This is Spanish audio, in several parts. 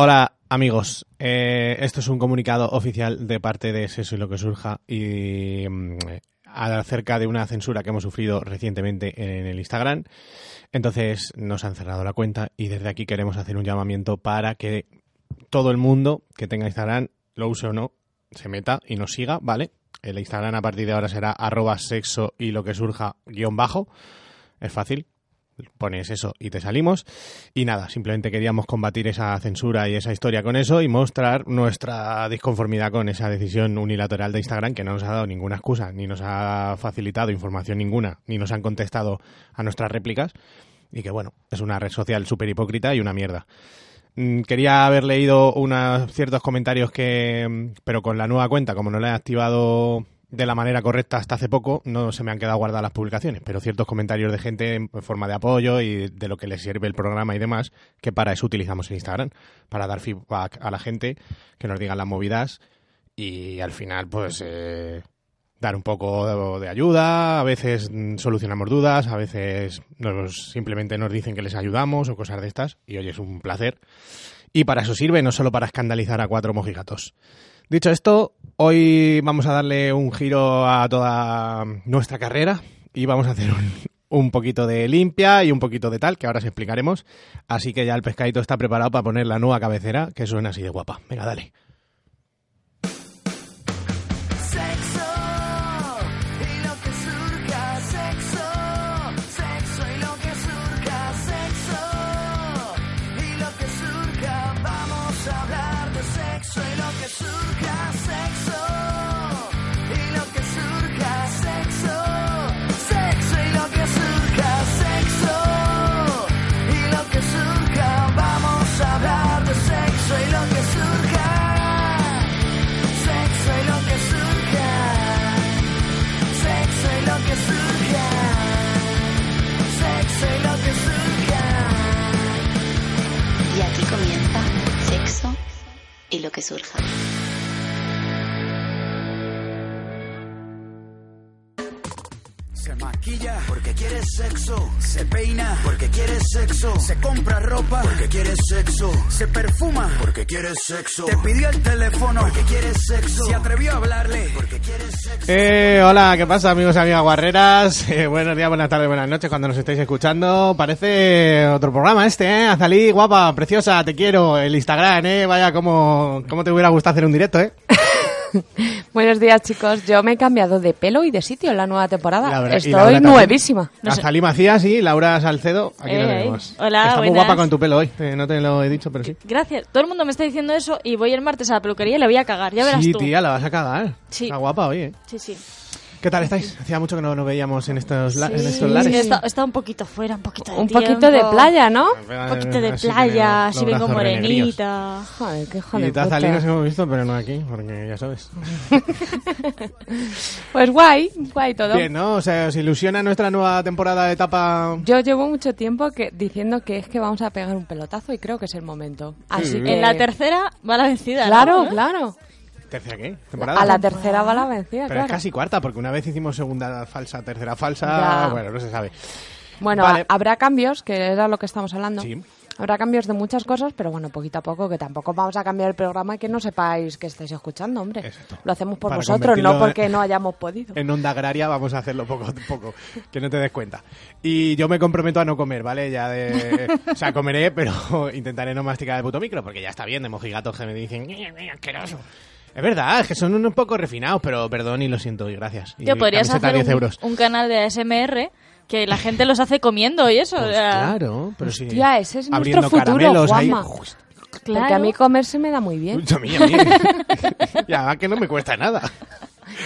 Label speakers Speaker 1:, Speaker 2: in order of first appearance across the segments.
Speaker 1: Hola amigos, Eh, esto es un comunicado oficial de parte de Seso y lo que surja y mm, acerca de una censura que hemos sufrido recientemente en el Instagram. Entonces nos han cerrado la cuenta y desde aquí queremos hacer un llamamiento para que todo el mundo que tenga Instagram, lo use o no, se meta y nos siga, ¿vale? El Instagram a partir de ahora será arroba sexo y lo que surja guión bajo. Es fácil, pones eso y te salimos. Y nada, simplemente queríamos combatir esa censura y esa historia con eso y mostrar nuestra disconformidad con esa decisión unilateral de Instagram que no nos ha dado ninguna excusa, ni nos ha facilitado información ninguna, ni nos han contestado a nuestras réplicas. Y que bueno, es una red social súper hipócrita y una mierda. Mm, Quería haber leído unos ciertos comentarios que, mm, pero con la nueva cuenta, como no la he activado de la manera correcta hasta hace poco, no se me han quedado guardadas las publicaciones, pero ciertos comentarios de gente en forma de apoyo y de lo que les sirve el programa y demás, que para eso utilizamos el Instagram, para dar feedback a la gente, que nos digan las movidas y al final pues eh, dar un poco de ayuda, a veces mm, solucionamos dudas, a veces nos, simplemente nos dicen que les ayudamos o cosas de estas y hoy es un placer. Y para eso sirve, no solo para escandalizar a cuatro mojigatos. Dicho esto, hoy vamos a darle un giro a toda nuestra carrera y vamos a hacer un, un poquito de limpia y un poquito de tal, que ahora os explicaremos. Así que ya el pescadito está preparado para poner la nueva cabecera, que suena así de guapa. Venga, dale.
Speaker 2: Sexo y lo que surja, sexo, sexo y lo que surja, sexo y lo que surja, vamos a hablar de sexo y lo que surja, sexo y lo que surja, sexo, sexo y lo que surja, sexo y lo que surja, vamos a hablar de sexo y lo que surja. Sexo y lo que surja, sexo y lo que surja, sexo y lo que surja.
Speaker 3: Y aquí comienza sexo y lo que surja.
Speaker 4: Se maquilla porque quiere sexo. Se peina porque quiere sexo. Se compra ropa porque quiere sexo. Se perfuma porque quiere sexo. Te pidió el teléfono porque quiere sexo. Se atrevió a hablarle porque quiere sexo.
Speaker 1: Eh, hola, ¿qué pasa amigos y amigas guerreras? Eh, buenos días, buenas tardes, buenas noches cuando nos estáis escuchando. Parece otro programa este, ¿eh? Azalí, guapa, preciosa, te quiero. El Instagram, ¿eh? Vaya, como cómo te hubiera gustado hacer un directo, ¿eh?
Speaker 5: Buenos días, chicos. Yo me he cambiado de pelo y de sitio en la nueva temporada.
Speaker 1: La verdad- y Laura
Speaker 5: Estoy
Speaker 1: también.
Speaker 5: nuevísima.
Speaker 6: No sé.
Speaker 1: Azalí Macías y Laura Salcedo, aquí la
Speaker 6: Ey,
Speaker 1: tenemos.
Speaker 6: ey. Hola,
Speaker 1: Está muy
Speaker 6: buenas.
Speaker 1: guapa con tu pelo hoy, eh, no te lo he dicho, pero sí.
Speaker 6: Gracias. Todo el mundo me está diciendo eso y voy el martes a la peluquería y le voy a cagar. Ya verás
Speaker 1: sí,
Speaker 6: tú.
Speaker 1: tía, la vas a cagar.
Speaker 6: Sí.
Speaker 1: Está guapa hoy, ¿eh?
Speaker 6: Sí, sí.
Speaker 1: ¿Qué tal estáis? Hacía mucho que no nos veíamos en estos, la- en estos
Speaker 6: Sí, he
Speaker 1: lares.
Speaker 6: estado- he estado un poquito fuera, un poquito de
Speaker 5: Un poquito de
Speaker 6: tiempo,
Speaker 5: playa, ¿no?
Speaker 6: Un poquito de playa, así vengo morenita.
Speaker 5: Joder, qué
Speaker 1: Y
Speaker 5: joder.
Speaker 1: te Azalí nos hemos visto, pero no aquí, porque ya sabes.
Speaker 5: Pues guay, guay todo.
Speaker 1: Bien, ¿no? O sea, ¿os ilusiona nuestra nueva temporada de etapa?
Speaker 5: Yo llevo mucho tiempo que, diciendo que es que vamos a pegar un pelotazo y creo que es el momento. Así que
Speaker 6: En la tercera va la vencida. ¿no?
Speaker 5: Claro,
Speaker 6: ¿No?
Speaker 5: claro.
Speaker 1: ¿Tercera qué? ¿Temporada?
Speaker 5: A la tercera va la vencida,
Speaker 1: Pero es
Speaker 5: claro.
Speaker 1: casi cuarta, porque una vez hicimos segunda falsa, tercera falsa,
Speaker 5: Ya.
Speaker 1: bueno, no se sabe.
Speaker 5: Bueno,
Speaker 1: Vale.
Speaker 5: ha- habrá cambios, que era lo que estamos hablando.
Speaker 1: Sí.
Speaker 5: Habrá cambios de muchas cosas, pero bueno, poquito a poco, que tampoco vamos a cambiar el programa y que no sepáis que estáis escuchando, hombre.
Speaker 1: Exacto.
Speaker 5: Lo hacemos por
Speaker 1: Para
Speaker 5: vosotros,
Speaker 1: convertirlo
Speaker 5: no porque
Speaker 1: en- Eh,
Speaker 5: no hayamos podido.
Speaker 1: En onda agraria vamos a hacerlo poco a poco, que no te des cuenta. Y yo me comprometo a no comer, ¿vale? Ya de... O sea, comeré, pero intentaré no masticar el puto micro, porque ya está bien de mojigatos que me dicen, "Ñe, ñe, asqueroso. Es verdad, es que son unos poco refinados, pero perdón y lo siento y gracias. Y
Speaker 6: Tío, podrías
Speaker 1: camiseta
Speaker 6: hacer
Speaker 1: 10
Speaker 6: un,
Speaker 1: euros.
Speaker 6: un canal de ASMR que la gente los hace comiendo y eso. o
Speaker 1: Pues
Speaker 6: sea,
Speaker 1: claro, pero sí.
Speaker 5: Hostia, ese es nuestro
Speaker 1: Abriendo
Speaker 5: futuro,
Speaker 1: caramelos ahí.
Speaker 5: Juanma.
Speaker 1: Uy,
Speaker 6: claro.
Speaker 5: Porque a mí comer se me da muy bien.
Speaker 1: A mí, a mí. y además que no me cuesta nada.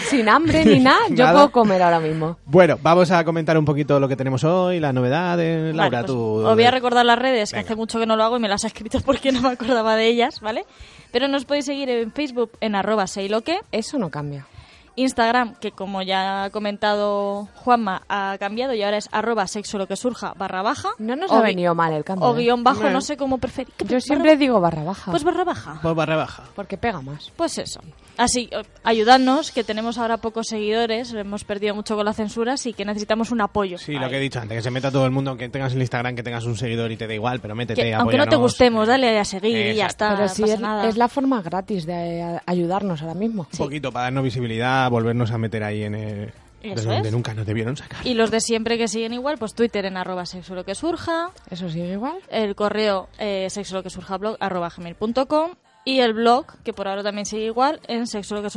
Speaker 5: Sin hambre ni nada, yo
Speaker 1: Nada.
Speaker 5: puedo comer ahora mismo.
Speaker 1: Bueno, vamos a comentar un poquito lo que tenemos hoy, las novedades. Laura,
Speaker 6: Vale, pues,
Speaker 1: tú.
Speaker 6: Os voy a recordar las redes, que
Speaker 1: Venga.
Speaker 6: hace mucho que no lo hago y me las ha escrito porque no me acordaba de ellas, ¿vale? Pero nos podéis seguir en Facebook en arroba seiloque,
Speaker 5: Eso no cambia.
Speaker 6: Instagram, que como ya ha comentado Juanma, ha cambiado y ahora es arroba sexo lo que surja barra baja.
Speaker 5: No nos
Speaker 6: O
Speaker 5: ha
Speaker 6: gui-
Speaker 5: venido mal el cambio.
Speaker 6: O
Speaker 5: ¿eh?
Speaker 6: guión bajo, no sé cómo preferir. ¿Qué
Speaker 5: Yo
Speaker 6: barra-
Speaker 5: siempre digo barra baja.
Speaker 6: Pues barra baja.
Speaker 1: Pues barra baja.
Speaker 5: porque pega más.
Speaker 6: Pues eso. Así, eh, ayudadnos, que tenemos ahora pocos seguidores, hemos perdido mucho con la censura, así que necesitamos un apoyo.
Speaker 1: Sí,
Speaker 6: Ahí.
Speaker 1: lo que he dicho antes, que se meta todo el mundo, aunque tengas el Instagram, que tengas un seguidor y te da igual, pero métete,
Speaker 6: Que aunque no te
Speaker 1: apóyanos.
Speaker 6: gustemos, dale a seguir y
Speaker 1: Exacto.
Speaker 6: ya está.
Speaker 5: Pero
Speaker 6: no
Speaker 5: sí,
Speaker 6: Ah, pasa
Speaker 5: es,
Speaker 6: nada.
Speaker 5: es la forma gratis de eh, ayudarnos ahora mismo.
Speaker 1: Un poquito para darnos visibilidad, volvernos a meter ahí en el...
Speaker 6: Eso
Speaker 1: de donde
Speaker 6: es.
Speaker 1: nunca nos debieron sacar.
Speaker 6: Y los de siempre que siguen igual, pues Twitter en arroba sexo lo que surja,
Speaker 5: Eso sigue igual.
Speaker 6: el correo eh, sexo lo que surja blog arroba gmail.com y el blog, que por ahora también sigue igual, en sexo lo que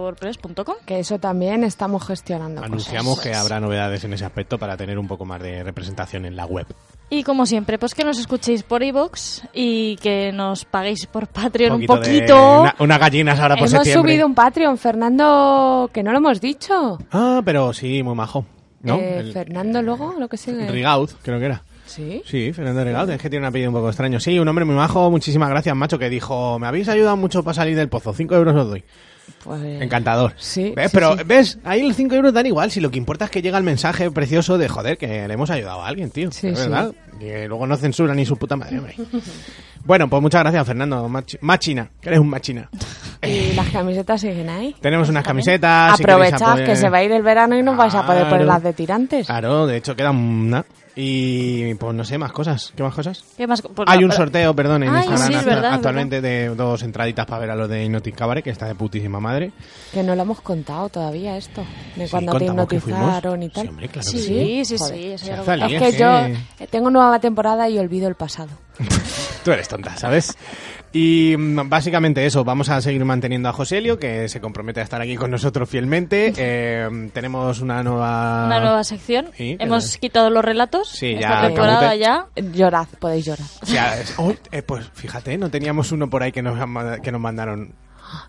Speaker 6: surja.wordpress.com.
Speaker 5: Que eso también estamos gestionando. cosas.
Speaker 1: Anunciamos que
Speaker 6: pues es.
Speaker 1: habrá novedades en ese aspecto para tener un poco más de representación en la web.
Speaker 6: Y como siempre, pues que nos escuchéis por iVoox y que nos paguéis por Patreon un
Speaker 1: de-
Speaker 6: poquito.
Speaker 1: una- unas gallinas ahora por
Speaker 5: Hemos
Speaker 1: septiembre.
Speaker 5: subido un Patreon, Fernando, que no lo hemos dicho.
Speaker 1: Ah, pero sí, muy majo. ¿No?
Speaker 5: Eh,
Speaker 1: El-
Speaker 5: Fernando luego, lo que sigue.
Speaker 1: Rigaud, creo que era.
Speaker 5: Sí.
Speaker 1: Sí, Fernando Regaud, es que tiene un apellido un poco extraño. Sí, un hombre muy majo, muchísimas gracias, macho, que dijo, me habéis ayudado mucho para salir del pozo, 5 euros os doy.
Speaker 5: Pues,
Speaker 1: Encantador.
Speaker 5: Sí,
Speaker 1: ¿Ves?
Speaker 5: sí,
Speaker 1: Pero,
Speaker 5: sí.
Speaker 1: ¿ves? Ahí los 5 euros dan igual, si lo que importa es que llega el mensaje precioso de, joder, que le hemos ayudado a alguien, tío.
Speaker 5: Sí,
Speaker 1: Es
Speaker 5: sí.
Speaker 1: verdad. Que luego no censura ni su puta madre, hombre. bueno, pues muchas gracias, Fernando. Machi- Machina, que eres un machina.
Speaker 5: Y las camisetas siguen ahí.
Speaker 1: Tenemos unas camisetas. si queréis
Speaker 5: Aprovechad
Speaker 1: apoyar-
Speaker 5: que se va a ir el verano y no vais a poder
Speaker 1: Claro. Ah.
Speaker 5: poner las de tirantes.
Speaker 1: Claro, de hecho queda una. Y pues no sé, más cosas. ¿Qué más cosas?
Speaker 6: ¿Qué más? Pues,
Speaker 1: Hay
Speaker 6: no,
Speaker 1: un
Speaker 6: pero-
Speaker 1: sorteo, perdón, en
Speaker 6: Ay,
Speaker 1: Instagram
Speaker 6: sí, es
Speaker 1: actu-
Speaker 6: verdad,
Speaker 1: actualmente de dos entraditas para ver a los de Hypnotic Cabaret, que está de putísima madre.
Speaker 5: Que no lo hemos contado todavía esto. De
Speaker 1: Sí,
Speaker 5: cuando te
Speaker 1: contamos que fuimos.
Speaker 5: hipnotizaron y tal.
Speaker 1: Sí, hombre, claro que
Speaker 6: Sí,
Speaker 1: sí.
Speaker 6: sí, sí.
Speaker 5: Joder.
Speaker 6: sí, eso
Speaker 1: Se
Speaker 6: ya lo-
Speaker 1: hace al-
Speaker 5: Es
Speaker 1: Sí,
Speaker 5: que
Speaker 1: sí.
Speaker 5: yo eh, tengo nueva temporada y olvido el pasado.
Speaker 1: Tú eres tonta, ¿sabes? Y mm, básicamente eso, vamos a seguir manteniendo a Joselio, que se compromete a estar aquí con nosotros fielmente. Eh, tenemos una nueva...
Speaker 6: Una nueva sección.
Speaker 1: Sí, que
Speaker 6: Hemos
Speaker 1: la-
Speaker 6: quitado los relatos.
Speaker 1: Sí,
Speaker 6: esta
Speaker 1: ya,
Speaker 6: temporada
Speaker 1: Cabute.
Speaker 6: ya.
Speaker 5: Eh, Llorad, podéis llorar.
Speaker 1: O sea, es- oh, eh, pues fíjate, no teníamos uno por ahí que nos, han manda- que nos mandaron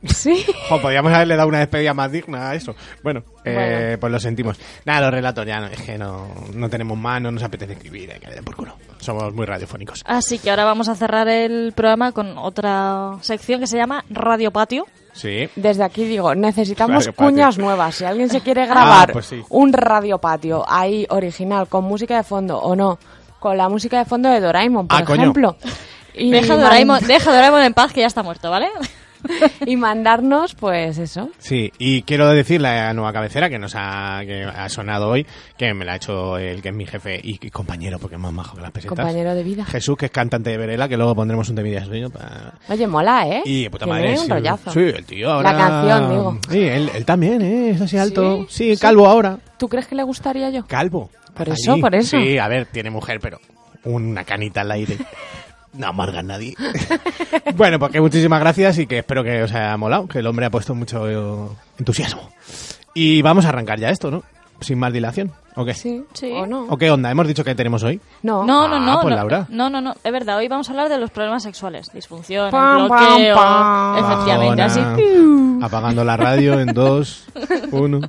Speaker 5: Sí.
Speaker 1: Jo, podríamos haberle dado una despedida más digna a eso. Bueno, eh,
Speaker 5: Bueno.
Speaker 1: pues lo sentimos. Nada, los relatos ya no, es que no, no tenemos más, no nos apetece escribir, eh, que le den por culo. Somos muy radiofónicos.
Speaker 6: Así que ahora vamos a cerrar el programa con otra sección que se llama Radio Patio.
Speaker 1: Sí.
Speaker 5: Desde aquí digo, necesitamos
Speaker 1: Radio patio.
Speaker 5: cuñas nuevas. Si alguien se quiere grabar
Speaker 1: pues sí.
Speaker 5: un radiopatio ahí original, con música de fondo o no, con la música de fondo de Doraemon, por
Speaker 1: Ah, coño.
Speaker 5: ejemplo. Y
Speaker 6: Deja a
Speaker 5: man-
Speaker 6: Doraemon, deja a Doraemon en paz, que ya está muerto, ¿vale?
Speaker 5: y mandarnos, pues eso.
Speaker 1: Sí, y quiero decir la nueva cabecera que nos ha, que ha sonado hoy, que me la ha hecho el que es mi jefe y, y compañero, porque es más majo que las pesetas.
Speaker 5: Compañero de vida.
Speaker 1: Jesús, que es cantante de Verela, que luego pondremos un temilla suyo para...
Speaker 5: Oye, mola, ¿eh?
Speaker 1: Y de puta
Speaker 5: Tiene
Speaker 1: madre.
Speaker 5: un
Speaker 1: sí,
Speaker 5: rollazo.
Speaker 1: Sí, el tío ahora... Mm.
Speaker 5: La canción, digo.
Speaker 1: Sí, él, él también, ¿eh? Es así alto. Sí, calvo ahora.
Speaker 5: ¿Tú crees que le gustaría yo?
Speaker 1: Calvo.
Speaker 5: Por eso, por eso.
Speaker 1: Sí, a ver, tiene mujer, pero una canita al aire. No amarga a nadie. bueno, pues que muchísimas gracias y que espero que os haya molado, que el hombre ha puesto mucho eh, entusiasmo. Y vamos a arrancar ya esto, ¿no? Sin más dilación. ¿O qué?
Speaker 5: Sí,
Speaker 6: Sí.
Speaker 5: ¿O no?
Speaker 1: ¿O qué onda? ¿Hemos dicho que tenemos hoy?
Speaker 5: No.
Speaker 6: No, no, no.
Speaker 1: pues,
Speaker 6: no,
Speaker 1: Laura.
Speaker 6: No, no, no. Es verdad, hoy vamos a hablar de los problemas sexuales. Disfunción,
Speaker 5: Pam, pam,
Speaker 6: bloqueo.
Speaker 5: pam.
Speaker 6: Efectivamente, así.
Speaker 1: Bajona. Apagando la radio en dos, uno.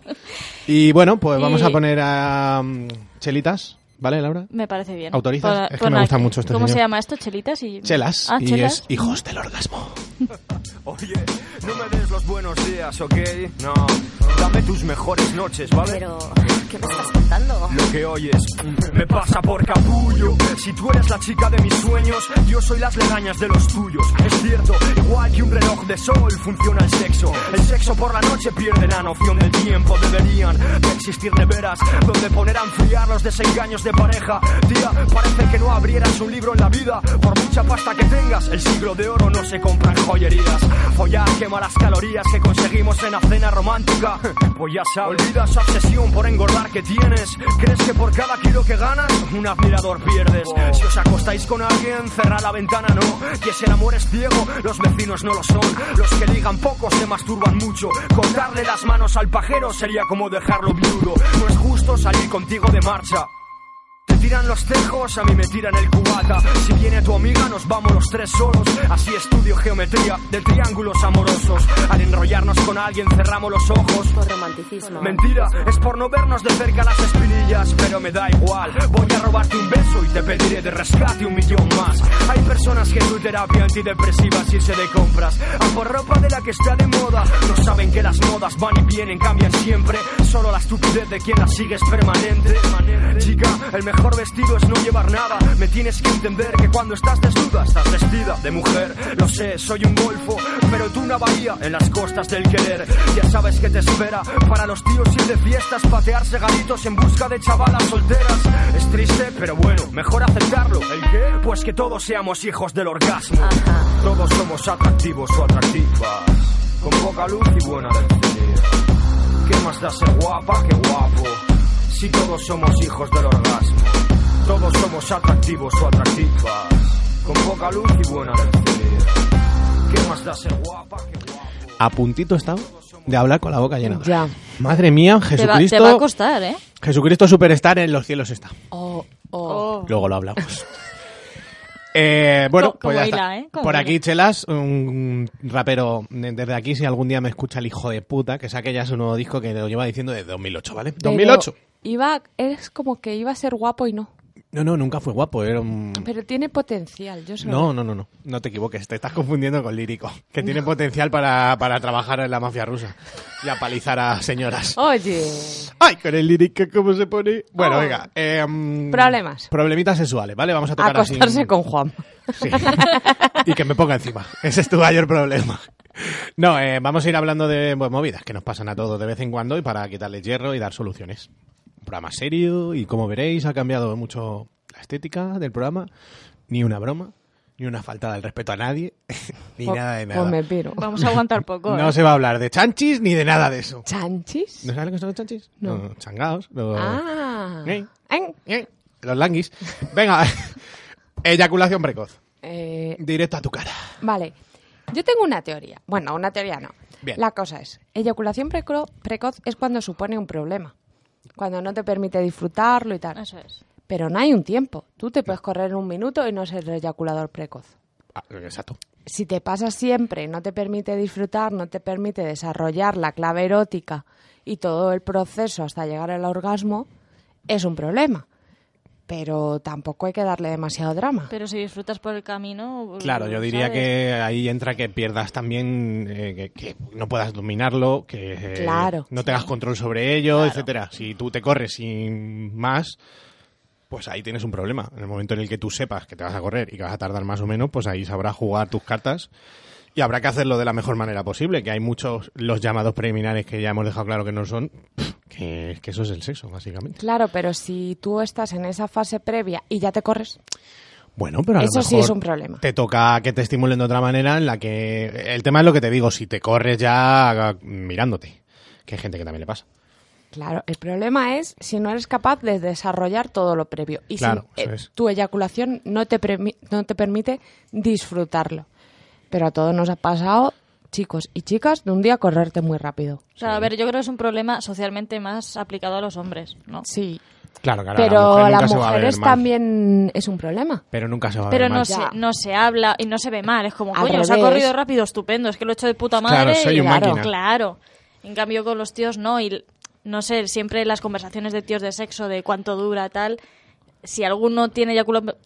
Speaker 1: Y bueno, pues vamos
Speaker 6: Y-
Speaker 1: a poner a mm, Chelitas, ¿vale, Laura?
Speaker 5: Ah,
Speaker 6: Me parece bien.
Speaker 1: ¿Autorizas?
Speaker 6: Pon-
Speaker 1: Es que
Speaker 6: pon
Speaker 1: me gusta
Speaker 6: aquí.
Speaker 1: mucho este
Speaker 6: ¿Cómo
Speaker 1: señor.
Speaker 6: se llama esto? Chelitas y.
Speaker 1: Chelas.
Speaker 6: Ah,
Speaker 1: y
Speaker 6: chelas.
Speaker 1: es Hijos del Orgasmo.
Speaker 7: Oye, no me des los buenos días, ¿ok? No, dame tus mejores noches, ¿vale?
Speaker 8: Pero, ¿qué me estás contando?
Speaker 7: Lo que oyes me pasa por capullo. Si tú eres la chica de mis sueños, yo soy las legañas de los tuyos. Es cierto, igual que un reloj de sol funciona el sexo. El sexo por la noche pierde la noción del tiempo. Deberían de existir neveras donde poner a enfriar los desengaños de pareja. Tía, parece que no abrieras un libro en la vida. Por mucha pasta que tengas, el siglo de oro no se compra en joyerías. Follar quema las calorías que conseguimos en la cena romántica. Pues ya sabes, olvida esa obsesión por engordar que tienes. ¿Crees que por cada kilo que ganas, un admirador pierdes? Si os acostáis con alguien, cerrad la ventana, no. Que si el amor es ciego, los vecinos no lo son. Los que ligan poco se masturban mucho. Cortarle las manos al pajero sería como dejarlo viudo. No es justo salir contigo de marcha. Te tiran los tejos, a mí me tiran el cubata. Si viene tu amiga, nos vamos los tres solos. Así estudio geometría de triángulos amorosos. Al enrollarnos con alguien, cerramos los ojos.
Speaker 8: Por romanticismo.
Speaker 7: Mentira, es por no vernos de cerca las espinillas, pero me da igual. Voy a robarte un beso y te pediré de rescate un millón más. Hay personas que su terapia antidepresiva si se de compras. A por ropa de la que está de moda. No saben que las modas van y vienen, cambian siempre. Solo la estupidez de quien las sigue es permanente. Chica, el mejor vestido es no llevar nada. Me tienes que entender que cuando estás desnuda estás vestida de mujer. Lo sé, soy un golfo, pero tú una bahía en las costas del querer. Ya sabes que te espera para los tíos ir de fiestas, patearse galitos en busca de chavalas solteras. Es triste, pero bueno, mejor aceptarlo. ¿El qué? Pues que todos seamos hijos del orgasmo.
Speaker 8: Ajá.
Speaker 7: Todos somos atractivos o atractivas, con poca luz y buena lencería. ¿Qué más da ser guapa que guapo? Si todos somos hijos del orgasmo, todos somos atractivos o atractivas, con poca luz y buena lencería. ¿Qué más da ser guapa que guapo?
Speaker 1: A puntito está de hablar con la boca llena.
Speaker 5: Ya.
Speaker 1: Madre mía,
Speaker 6: Te va, te
Speaker 1: Jesucristo.
Speaker 6: va a costar, ¿eh?
Speaker 1: Jesucristo Superstar en los cielos está.
Speaker 5: Oh, oh.
Speaker 6: Oh.
Speaker 1: Luego lo hablamos. Eh, bueno,
Speaker 6: Co-
Speaker 1: pues ya
Speaker 6: como
Speaker 1: está.
Speaker 6: hila, ¿eh? Como
Speaker 1: Por
Speaker 6: hila.
Speaker 1: aquí, Chelas, un rapero de- desde aquí, si algún día me escucha el hijo de puta, que saque ya su nuevo disco que lo lleva diciendo desde 2008, ¿vale? 2008.
Speaker 5: Pero Iba, es como que iba a ser guapo y no.
Speaker 1: No, no, nunca fue guapo, era un...
Speaker 5: Pero tiene potencial, yo sé.
Speaker 1: No, no, no, no, no te equivoques, te estás confundiendo con Lírico, que tiene potencial para, para trabajar en la mafia rusa y apalizar a señoras.
Speaker 5: Oye,
Speaker 1: Ay, con el lírico cómo se pone. Bueno, venga. em,
Speaker 5: Ah. Problemas.
Speaker 1: Problemitas sexuales, ¿vale? Vamos a tocar así-
Speaker 5: acostarse con Juan.
Speaker 1: Sí. y que me ponga encima. Ese es tu mayor problema. No, eh, vamos a ir hablando de pues, movidas que nos pasan a todos de vez en cuando y para quitarles hierro y dar soluciones. Un programa serio y como veréis ha cambiado mucho la estética del programa. Ni una broma, ni una faltada al respeto a nadie, ni nada de nada.
Speaker 5: Pues me piro.
Speaker 6: Vamos a aguantar poco. ¿eh?
Speaker 1: No se va a hablar de chanchis ni de nada de eso.
Speaker 5: ¿Chanchis?
Speaker 1: ¿No sabes lo que son los chanchis?
Speaker 5: No.
Speaker 1: changaos. los-
Speaker 5: Ah.
Speaker 1: Eh.
Speaker 5: En-
Speaker 1: eh, Los languis. Venga, eyaculación precoz.
Speaker 5: eh,
Speaker 1: Directo a tu cara.
Speaker 5: Vale. Yo tengo una teoría. Bueno, una teoría no.
Speaker 1: Bien.
Speaker 5: La cosa es, eyaculación precro- precoz es cuando supone un problema. Cuando no te permite disfrutarlo y tal.
Speaker 6: Eso es.
Speaker 5: Pero no hay un tiempo. Tú te puedes correr un minuto y no ser eyaculador precoz.
Speaker 1: Ah, exacto.
Speaker 5: Si te pasa siempre, no te permite disfrutar, no te permite desarrollar la clave erótica y todo el proceso hasta llegar al orgasmo, es un problema. Pero tampoco hay que darle demasiado drama.
Speaker 6: Pero si disfrutas por el camino.
Speaker 1: Claro, yo diría
Speaker 6: ¿sabes?
Speaker 1: que ahí entra que pierdas también, eh, que, que no puedas dominarlo, que eh,
Speaker 5: Claro.
Speaker 1: no tengas control sobre ello, etcétera. Si tú te corres sin más, pues ahí tienes un problema. En el momento en el que tú sepas que te vas a correr y que vas a tardar más o menos, pues ahí sabrás jugar tus cartas y habrá que hacerlo de la mejor manera posible. Que hay muchos los llamados preliminares que ya hemos dejado claro que no son, que, que eso es el sexo básicamente.
Speaker 5: Claro, pero si tú estás en esa fase previa y ya te corres,
Speaker 1: Bueno, pero a lo
Speaker 5: Eso sí
Speaker 1: mejor
Speaker 5: es un problema.
Speaker 1: Te toca que te estimulen de otra manera en la que el tema es lo que te digo, si te corres ya mirándote, que hay gente que también le pasa.
Speaker 5: Claro, el problema es si no eres capaz de desarrollar todo lo previo y
Speaker 1: Claro,
Speaker 5: si
Speaker 1: eso
Speaker 5: eh,
Speaker 1: es.
Speaker 5: tu eyaculación no te, premi- no te permite disfrutarlo. Pero a todos nos ha pasado, chicos y chicas, de un día correrte muy rápido.
Speaker 6: O sea, a ver, yo creo que es un problema socialmente más aplicado a los hombres, ¿no?
Speaker 5: Sí,
Speaker 1: Claro, claro,
Speaker 5: pero
Speaker 1: la mujer nunca
Speaker 5: las
Speaker 1: se va a ver
Speaker 5: mujeres
Speaker 1: mal,
Speaker 5: también es un problema.
Speaker 1: Pero nunca se va a ver
Speaker 6: Pero no
Speaker 1: mal.
Speaker 6: se,
Speaker 5: Ya.
Speaker 6: no se habla y no se ve mal. Es como,
Speaker 5: Al
Speaker 6: coño, se ha
Speaker 5: revés.
Speaker 6: corrido rápido, estupendo. Es que lo he hecho de puta madre.
Speaker 1: Claro, soy
Speaker 6: y
Speaker 1: un
Speaker 6: claro.
Speaker 1: máquina.
Speaker 6: Claro. En cambio, con los tíos no. Y no sé, siempre las conversaciones de tíos de sexo, de cuánto dura, tal. Si alguno tiene eyaculación.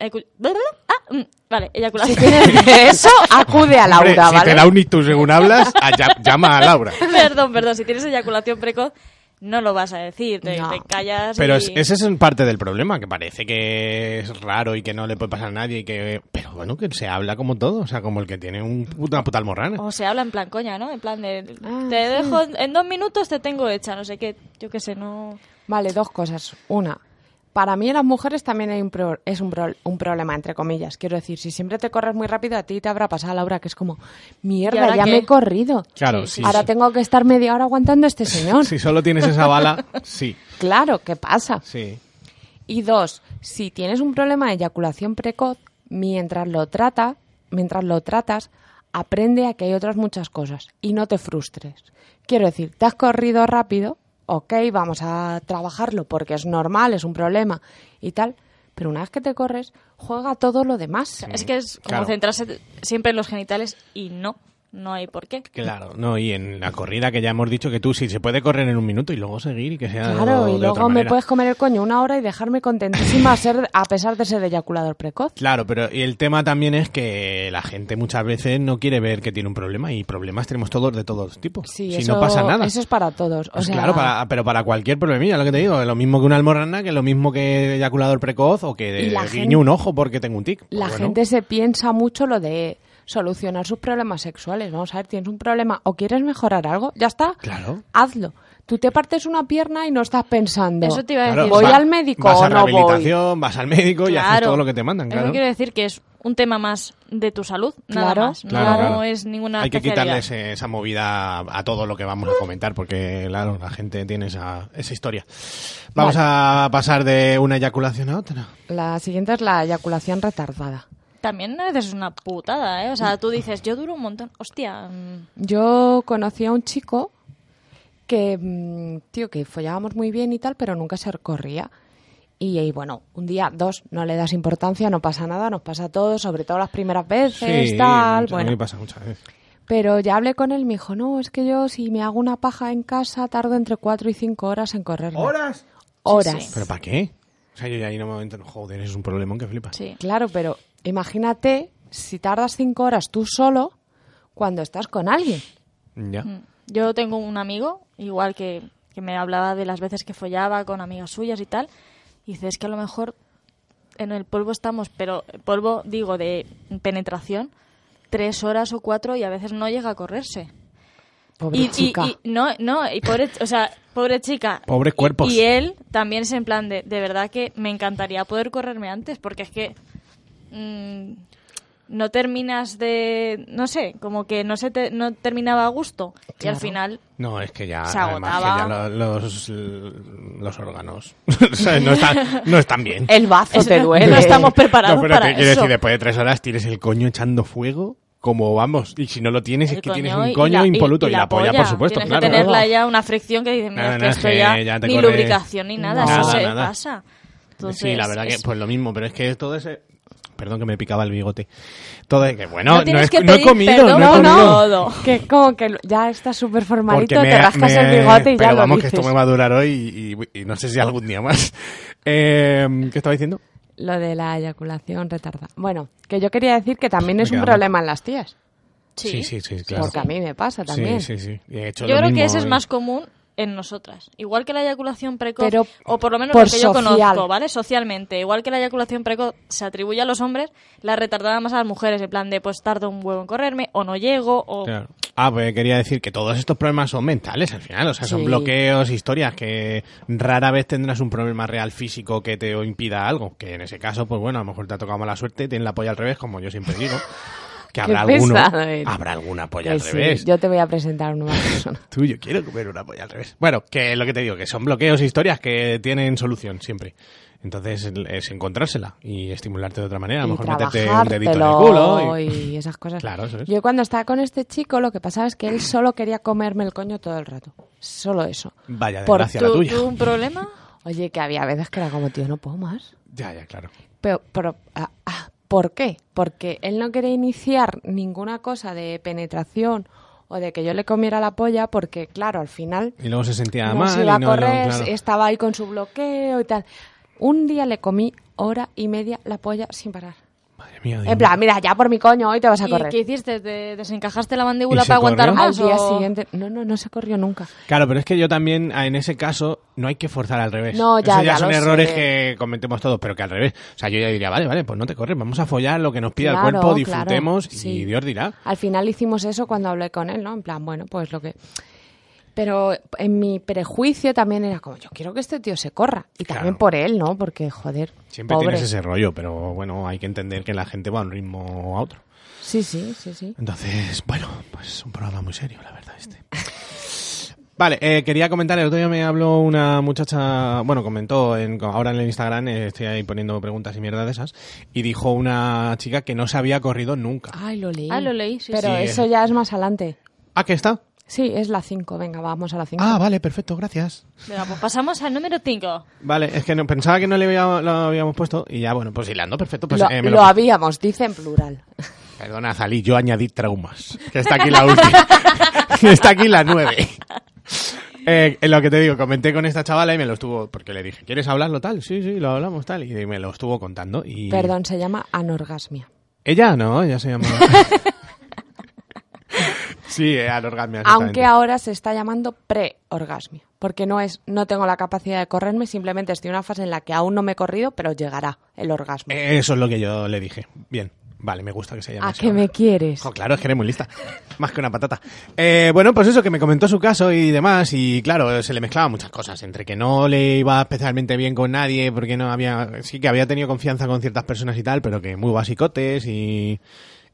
Speaker 6: Ah, mm, vale, eyaculación.
Speaker 5: Tienes de eso, acude a
Speaker 1: Hombre,
Speaker 5: Laura,
Speaker 1: si
Speaker 5: ¿vale?
Speaker 1: te da un ictus según hablas, a- ya- llama a Laura.
Speaker 6: perdón, perdón. Si tienes eyaculación precoz, no lo vas a decir. Te,
Speaker 5: No.
Speaker 6: te callas.
Speaker 1: Pero
Speaker 6: y-
Speaker 1: es- ese es parte del problema, que parece que es raro y que no le puede pasar a nadie y que... Pero bueno, que se habla como todo, o sea, como el que tiene un, puta- una puta almorrana.
Speaker 5: Oh,
Speaker 6: O se habla en plan coña, ¿no? En plan de.
Speaker 5: Ah,
Speaker 6: te
Speaker 5: sí.
Speaker 6: dejo. En dos minutos te tengo hecha. No sé qué. Yo qué sé, no.
Speaker 5: Vale, dos cosas. Una, para mí en las mujeres también hay un pro- es un, pro- un problema, entre comillas. Quiero decir, si siempre te corres muy rápido, a ti te habrá pasado, Laura, que es como,
Speaker 6: ¿Y
Speaker 5: mierda,
Speaker 6: ahora
Speaker 5: ya
Speaker 6: qué?
Speaker 5: me he corrido.
Speaker 1: Claro, sí,
Speaker 5: Ahora
Speaker 1: sí.
Speaker 5: tengo que estar media hora aguantando a este señor.
Speaker 1: Si solo tienes esa bala, sí,
Speaker 5: Claro, ¿qué pasa?
Speaker 1: sí.
Speaker 5: Y dos, si tienes un problema de eyaculación precoz, mientras lo trata, mientras lo tratas, aprende a que hay otras muchas cosas y no te frustres. Quiero decir, te has corrido rápido, ok, vamos a trabajarlo porque es normal, es un problema y tal, Pero una vez que te corres, juega todo lo demás.
Speaker 6: Es que es como
Speaker 1: Mm. Claro.
Speaker 6: centrarse siempre en los genitales y no, no hay por qué.
Speaker 1: Claro, no, y en la corrida que ya hemos dicho que tú sí se puede correr en un minuto y luego seguir y que sea.
Speaker 5: Claro,
Speaker 1: de
Speaker 5: y
Speaker 1: otra
Speaker 5: luego me
Speaker 1: manera.
Speaker 5: puedes comer el coño una hora y dejarme contentísima a, ser, a pesar de ser eyaculador precoz.
Speaker 1: Claro, pero el tema también es que la gente muchas veces no quiere ver que tiene un problema y problemas tenemos todos de todos tipos.
Speaker 5: Sí,
Speaker 1: si
Speaker 5: eso-
Speaker 1: no pasa nada.
Speaker 5: Eso es para todos. O
Speaker 1: Pues
Speaker 5: sea,
Speaker 1: claro, para- pero para cualquier problemilla, lo que te digo, lo mismo que una almorrana, que lo mismo que eyaculador precoz o que
Speaker 5: Y la
Speaker 1: guiño
Speaker 5: gente-
Speaker 1: un ojo porque tengo un tic. Pues
Speaker 5: La
Speaker 1: bueno,
Speaker 5: gente se piensa mucho lo de solucionar sus problemas sexuales. Vamos a ver, tienes un problema o quieres mejorar algo, ya está.
Speaker 1: Claro.
Speaker 5: Hazlo. Tú te partes una pierna y no estás pensando.
Speaker 6: Eso te iba a
Speaker 1: claro,
Speaker 6: decir.
Speaker 5: Voy
Speaker 1: va-
Speaker 5: al médico
Speaker 1: vas
Speaker 5: o
Speaker 1: a
Speaker 5: no voy.
Speaker 1: rehabilitación, vas al médico y haces todo lo que te mandan,
Speaker 6: Eso
Speaker 1: claro.
Speaker 6: quiere decir que es un tema más de tu salud, nada
Speaker 5: Claro.
Speaker 6: más.
Speaker 1: Claro,
Speaker 6: no
Speaker 1: claro.
Speaker 6: es ninguna
Speaker 1: Hay que
Speaker 6: especialidad.
Speaker 1: quitarle ese- esa movida a todo lo que vamos a comentar, porque claro, la gente tiene esa, esa historia. Vamos a pasar de una eyaculación a otra.
Speaker 5: La siguiente es la eyaculación retardada.
Speaker 6: También a veces es una putada, ¿eh? O sea, tú dices, yo duro un montón. Hostia, mm,
Speaker 5: Yo conocí a un chico que, mm, tío, que follábamos muy bien y tal, pero nunca se corría. Y, y bueno, un día, dos, no le das importancia, no pasa nada, nos pasa a todos, sobre todo las primeras veces, tal.
Speaker 1: mucho- a
Speaker 5: bueno,
Speaker 1: mí me pasa muchas veces.
Speaker 5: Pero ya hablé con él, me dijo, no, es que yo si me hago una paja en casa tardo entre 4 y 5 horas en correr.
Speaker 7: ¿Horas?
Speaker 5: Horas.
Speaker 1: ¿Pero para qué? O sea, yo ya ahí no me entro. Joder, es un problemón que flipas.
Speaker 6: sí.
Speaker 5: Claro, pero imagínate si tardas 5 horas tú solo cuando estás con alguien.
Speaker 1: Ya.
Speaker 6: Mm. Yo tengo un amigo, igual que, que me hablaba de las veces que follaba con amigas suyas y tal. Y dice, es que a lo mejor en el polvo estamos, pero polvo, digo, de penetración, tres horas o cuatro y a veces no llega a correrse.
Speaker 5: Pobre
Speaker 6: Y, y-
Speaker 5: chica.
Speaker 6: y- no, no, y pobre, o sea, pobre chica.
Speaker 1: Pobres
Speaker 6: Y-
Speaker 1: cuerpos.
Speaker 6: Y, él también es en plan de, de verdad que me encantaría poder correrme antes, porque es que mm, no terminas de, no sé, como que no se te- no terminaba a gusto. Y
Speaker 5: Claro.
Speaker 6: al final
Speaker 1: No, es que ya,
Speaker 6: Se
Speaker 1: además, que ya
Speaker 6: agotaba.
Speaker 1: lo- los, los órganos o sea, no, están, no están bien.
Speaker 5: El bazo
Speaker 6: Eso
Speaker 5: te
Speaker 6: no-
Speaker 5: duele.
Speaker 6: no estamos preparados
Speaker 1: No, pero
Speaker 6: para
Speaker 1: te quiero
Speaker 6: eso.
Speaker 1: decir, después de tres horas tienes el coño echando fuego, como vamos. Y si no lo tienes,
Speaker 6: El
Speaker 1: es que tienes
Speaker 6: coño
Speaker 1: un
Speaker 6: y
Speaker 1: coño
Speaker 6: la- y-
Speaker 1: impoluto. Y, la, polla, por supuesto,
Speaker 6: Tienes
Speaker 1: claro.
Speaker 6: que tenerla ya una fricción que dices, mira,
Speaker 1: No,
Speaker 6: es
Speaker 1: no,
Speaker 6: que
Speaker 1: es
Speaker 6: esto
Speaker 1: que
Speaker 6: ya,
Speaker 1: ya te
Speaker 6: ni
Speaker 1: corre-
Speaker 6: lubricación ni nada,
Speaker 5: Nada,
Speaker 6: eso se
Speaker 1: nada.
Speaker 6: pasa. Entonces,
Speaker 1: sí, la verdad que
Speaker 6: es-
Speaker 1: pues lo mismo, pero es que todo ese... Perdón que me picaba el bigote. Todo es que,
Speaker 6: No
Speaker 1: bueno, no,
Speaker 6: tienes
Speaker 1: es-
Speaker 6: que
Speaker 1: no he
Speaker 6: pedir
Speaker 1: comido,
Speaker 6: perdón,
Speaker 1: no he
Speaker 5: No,
Speaker 1: comido.
Speaker 5: no, que es como que lo- ya estás súper formalito, te rascas el
Speaker 1: me-
Speaker 5: bigote y
Speaker 1: pero
Speaker 5: ya lo
Speaker 1: vamos
Speaker 5: dices.
Speaker 1: que esto me va a durar hoy y, y- y no sé si algún día más. Eh, ¿Qué estaba diciendo?
Speaker 5: Lo de la eyaculación retardada. Bueno, que yo quería decir que también
Speaker 1: Me
Speaker 5: es un
Speaker 1: queda mal.
Speaker 5: problema en las tías,
Speaker 6: sí.
Speaker 1: sí, sí, claro.
Speaker 5: porque a mí me pasa también.
Speaker 1: Sí, sí, sí. Y he hecho
Speaker 6: Yo
Speaker 1: lo
Speaker 6: creo que
Speaker 1: mismo,
Speaker 6: ese es
Speaker 1: eh.
Speaker 6: más común en nosotras. Igual que la eyaculación precoz,
Speaker 5: Pero
Speaker 6: o por lo menos
Speaker 5: por
Speaker 6: lo que yo
Speaker 5: social.
Speaker 6: conozco, ¿vale? Socialmente. Igual que la eyaculación precoz se atribuye a los hombres, la retardada más a las mujeres. En plan de, pues tardo un huevo en correrme, o no llego, o...
Speaker 1: Claro. Ah, pues quería decir que todos estos problemas son mentales al final, o sea, son
Speaker 5: Sí.
Speaker 1: bloqueos, historias, que rara vez tendrás un problema real físico que te impida algo, que en ese caso, pues bueno, a lo mejor te ha tocado mala suerte, tienes la polla al revés, como yo siempre digo, que habrá
Speaker 5: Qué
Speaker 1: alguno,
Speaker 5: pesado eres.
Speaker 1: habrá alguna
Speaker 5: Que
Speaker 1: polla al
Speaker 5: sí,
Speaker 1: revés.
Speaker 5: yo te voy a presentar a una nueva persona.
Speaker 1: Tú, yo quiero comer una polla al revés. Bueno, que lo que te digo, que son bloqueos, e historias que tienen solución siempre. Entonces es encontrársela y estimularte de otra manera, a lo
Speaker 5: y
Speaker 1: mejor meterte un dedito en el
Speaker 5: trabajártelo
Speaker 1: culo. y-
Speaker 5: y esas cosas.
Speaker 1: Claro, eso es.
Speaker 5: Yo cuando estaba con este chico, lo que pasaba es que él solo quería comerme el coño todo el rato. Solo eso.
Speaker 1: Vaya
Speaker 5: Por
Speaker 1: desgracia la
Speaker 6: ¿Tú,
Speaker 1: tuya.
Speaker 6: tú un problema?
Speaker 5: Oye, que había veces que era como, tío, no puedo más.
Speaker 1: Ya, ya, claro.
Speaker 5: Pero, pero ah, ah, ¿por qué? Porque él no quería iniciar ninguna cosa de penetración o de que yo le comiera la polla porque, claro, al final
Speaker 1: Y luego se sentía
Speaker 5: no
Speaker 1: mal.
Speaker 5: se iba
Speaker 1: y no,
Speaker 5: a correr,
Speaker 1: no, claro.
Speaker 5: estaba ahí con su bloqueo y tal. Un día le comí hora y media la polla sin parar.
Speaker 1: Madre mía, Dios
Speaker 5: En plan, mira, ya por mi coño hoy te vas a
Speaker 6: ¿Y
Speaker 5: correr.
Speaker 6: qué hiciste? ¿Te desencajaste la mandíbula
Speaker 1: ¿Y se
Speaker 6: para aguantar
Speaker 1: corrió?
Speaker 5: Al
Speaker 6: más?
Speaker 5: día
Speaker 6: o-
Speaker 5: siguiente. No, no, no se corrió nunca.
Speaker 1: mío. Claro, pero es que yo también, ah, en ese caso, no hay que forzar al revés.
Speaker 5: No, ya,
Speaker 1: Eso ya,
Speaker 5: ya
Speaker 1: son
Speaker 5: lo
Speaker 1: errores
Speaker 5: sé.
Speaker 1: que cometemos todos, pero que al revés. O sea, yo ya diría, vale, vale, pues no te corres, vamos a follar lo que nos pida
Speaker 5: Claro,
Speaker 1: el cuerpo,
Speaker 5: claro,
Speaker 1: disfrutemos y
Speaker 5: sí.
Speaker 1: Dios dirá.
Speaker 5: Al final hicimos eso cuando hablé con él, ¿no? En plan, bueno, pues lo que... Pero en mi prejuicio también era como, yo quiero que este tío se corra. Y también
Speaker 1: Claro.
Speaker 5: por él, ¿no? Porque, joder,
Speaker 1: Siempre
Speaker 5: pobre.
Speaker 1: tienes ese rollo, pero bueno, hay que entender que la gente va a un ritmo a otro.
Speaker 5: Sí, sí, sí, sí.
Speaker 1: Entonces, bueno, pues es un programa muy serio, la verdad, este. Vale, eh, quería comentar, el otro día me habló una muchacha, bueno, comentó en, ahora en el Instagram, eh, estoy ahí poniendo preguntas y mierda de esas, y dijo una chica que no se había corrido nunca.
Speaker 5: Ay, lo leí.
Speaker 6: Ah, lo leí, sí,
Speaker 5: Pero
Speaker 1: sí.
Speaker 5: eso ya es más adelante.
Speaker 1: Ah, que está.
Speaker 5: Sí, es la 5. Venga, vamos a la 5.
Speaker 1: Ah, vale, perfecto, gracias.
Speaker 6: Venga, pues pasamos al número 5.
Speaker 1: Vale, es que no, pensaba que no le había- lo habíamos puesto y ya, bueno, pues hilando, perfecto. Pues,
Speaker 5: lo,
Speaker 1: eh, me
Speaker 5: lo
Speaker 1: lo-
Speaker 5: habíamos, dice en plural.
Speaker 1: Perdona, Zalí, yo añadí traumas. Que está aquí la última. Que está aquí la nueve. Eh, lo que te digo, comenté con esta chavala y me lo estuvo, porque le dije, ¿quieres hablarlo tal? Sí, sí, lo hablamos tal. Y me lo estuvo contando. Y...
Speaker 5: Perdón, se llama anorgasmia.
Speaker 1: Ella no, ella se llama. sí, eh, anorgasmia.
Speaker 5: Aunque
Speaker 1: exactamente.
Speaker 5: ahora se está llamando preorgasmia. Porque no es, no tengo la capacidad de correrme, simplemente estoy en una fase en la que aún no me he corrido, pero llegará el orgasmo.
Speaker 1: Eh, Eso es lo que yo le dije. Bien, vale, me gusta que se llame
Speaker 5: ¿A
Speaker 1: así
Speaker 5: qué
Speaker 1: ahora.
Speaker 5: Ah, me quieres?
Speaker 1: Jo, claro, es que eres muy lista. Más que una patata. Eh, bueno, pues eso, que me comentó su caso y demás. Y claro, se le mezclaban muchas cosas. Entre que no le iba especialmente bien con nadie, porque no había. Sí que había tenido confianza con ciertas personas y tal, pero que muy basicotes y.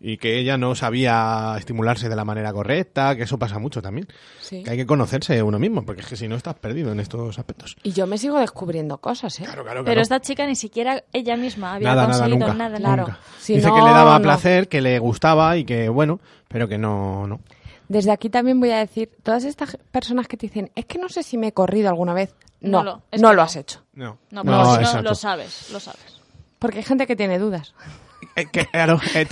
Speaker 1: Y que ella no sabía estimularse de la manera correcta, que eso pasa mucho también.
Speaker 5: Sí.
Speaker 1: Que hay que conocerse uno mismo, porque es que si no estás perdido en estos aspectos.
Speaker 5: Y yo me sigo descubriendo cosas, ¿eh?
Speaker 1: Claro, claro,
Speaker 6: Pero
Speaker 1: claro.
Speaker 6: esta chica ni siquiera ella misma había
Speaker 1: nada, nada,
Speaker 6: conseguido
Speaker 1: nunca.
Speaker 6: nada.
Speaker 5: Claro.
Speaker 1: nunca.
Speaker 5: Si
Speaker 1: Dice
Speaker 5: no,
Speaker 1: que le daba
Speaker 5: no.
Speaker 1: placer, que le gustaba y que bueno, pero que no, no.
Speaker 5: Desde aquí también voy a decir, todas estas ge- personas que te dicen, es que no sé si me he corrido alguna vez, no, no
Speaker 6: No lo-
Speaker 5: lo,
Speaker 6: es que no.
Speaker 5: has hecho.
Speaker 1: No,
Speaker 6: No, pero si no,
Speaker 1: exacto.
Speaker 6: lo sabes, lo sabes.
Speaker 5: Porque hay gente que tiene dudas.
Speaker 1: Eh, que- claro, eh,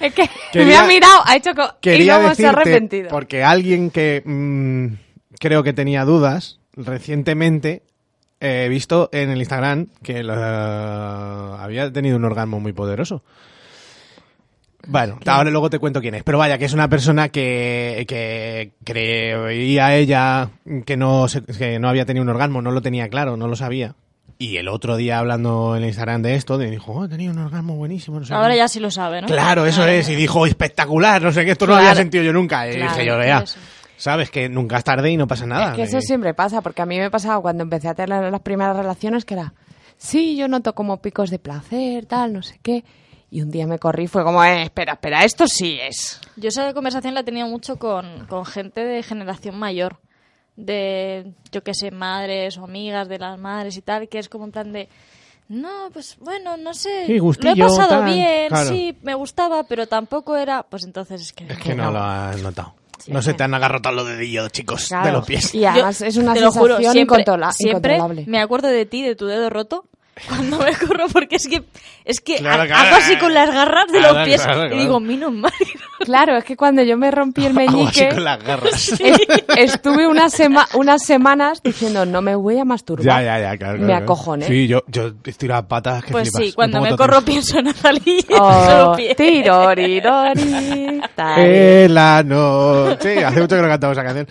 Speaker 5: Es que me
Speaker 1: Quería-
Speaker 5: ha mirado, ha hecho co- y
Speaker 1: quería
Speaker 5: luego se ha
Speaker 1: decirte,
Speaker 5: arrepentido.
Speaker 1: porque alguien que mm, creo que tenía dudas, recientemente eh, he visto en el Instagram que lo- había tenido un orgasmo muy poderoso. Bueno, ahora luego te cuento quién es. Pero vaya, que es una persona que, que creía ella que no, se- que no había tenido un orgasmo, no lo tenía claro, no lo sabía. Y el otro día hablando en el Instagram de esto, me dijo, oh, he tenido un orgasmo buenísimo. No sé
Speaker 6: Ahora
Speaker 1: qué".
Speaker 6: ya sí lo sabe, ¿no?
Speaker 1: Claro, eso es. Y dijo, espectacular, no sé qué, esto no lo
Speaker 5: Claro.
Speaker 1: había sentido yo nunca. Y
Speaker 6: Claro,
Speaker 1: dije yo, vea,
Speaker 6: eso.
Speaker 1: sabes que nunca es tarde y no pasa nada.
Speaker 5: Es que eso
Speaker 1: Eh,
Speaker 5: siempre pasa, porque a mí me pasaba cuando empecé a tener las primeras relaciones que era, sí, yo noto como picos de placer, tal, no sé qué. Y un día me corrí y fue como, "Eh, espera, espera, esto sí es.
Speaker 6: Yo esa conversación la he tenido mucho con, con gente de generación mayor, de, yo qué sé, madres o amigas de las madres y tal, que es como en plan de, no, pues bueno, no sé,
Speaker 1: Sí,
Speaker 6: lo
Speaker 1: gustillo,
Speaker 6: he pasado
Speaker 1: tal,
Speaker 6: bien,
Speaker 1: claro.
Speaker 6: sí, me gustaba, pero tampoco era, pues entonces es que...
Speaker 1: Es que no, lo has notado. no se te han agarrotado los dedillos, chicos, de
Speaker 5: Claro.
Speaker 1: los pies.
Speaker 5: Y además
Speaker 6: Yo-
Speaker 5: es una
Speaker 6: te lo
Speaker 5: sensación
Speaker 6: juro, siempre,
Speaker 5: incontrola-
Speaker 6: siempre
Speaker 5: incontrolable.
Speaker 6: me acuerdo de ti, de tu dedo roto, cuando me corro, porque es que, es que
Speaker 1: Claro,
Speaker 6: ha-
Speaker 1: claro.
Speaker 6: hago así con las garras de
Speaker 1: Claro,
Speaker 6: los pies
Speaker 1: claro,
Speaker 6: y
Speaker 1: claro.
Speaker 6: digo, menos mal.
Speaker 5: Claro, es que cuando yo me rompí el
Speaker 1: Hago así
Speaker 5: meñique,
Speaker 1: con las garras.
Speaker 5: es- estuve una sema- unas semanas diciendo, no me voy a
Speaker 1: Ya,
Speaker 5: masturbar.
Speaker 1: ya, ya, claro.
Speaker 5: Me ¿eh?
Speaker 1: claro.
Speaker 5: acojoné.
Speaker 1: Sí, yo, yo estiro las patas que
Speaker 6: Pues
Speaker 1: flipas.
Speaker 6: sí, cuando
Speaker 1: pongo
Speaker 6: me
Speaker 1: todo
Speaker 6: corro
Speaker 1: tenso.
Speaker 6: pienso en Azalí, solo
Speaker 5: Oh,
Speaker 6: pies.
Speaker 5: tirorirori, tal.
Speaker 1: En la noche. Hace mucho que no cantamos esa canción.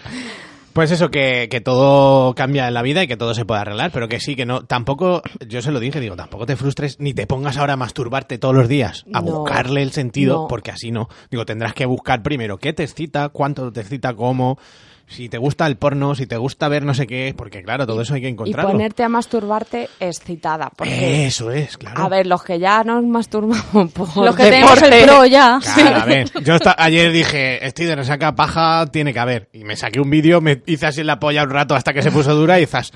Speaker 1: Pues eso, que, que todo cambia en la vida y que todo se puede arreglar, pero que sí, que no, tampoco, yo se lo dije, digo, tampoco te frustres ni te pongas ahora a masturbarte todos los días, a
Speaker 5: No,
Speaker 1: buscarle el sentido,
Speaker 5: no.
Speaker 1: porque así no. Digo, tendrás que buscar primero qué te excita, cuánto te excita, cómo, si te gusta el porno, si te gusta ver no sé qué, porque claro, todo eso hay que
Speaker 5: y
Speaker 1: encontrarlo.
Speaker 5: ponerte a masturbarte excitada. Porque,
Speaker 1: Eso es, claro.
Speaker 5: a ver, los que ya nos masturbamos por
Speaker 6: Los que tenemos el
Speaker 5: deporte,
Speaker 6: pro ya.
Speaker 1: Claro, a ver. Yo hasta ayer dije, estoy de resaca paja, tiene que haber. Y me saqué un vídeo, me hice así en la polla un rato hasta que se puso dura y zas.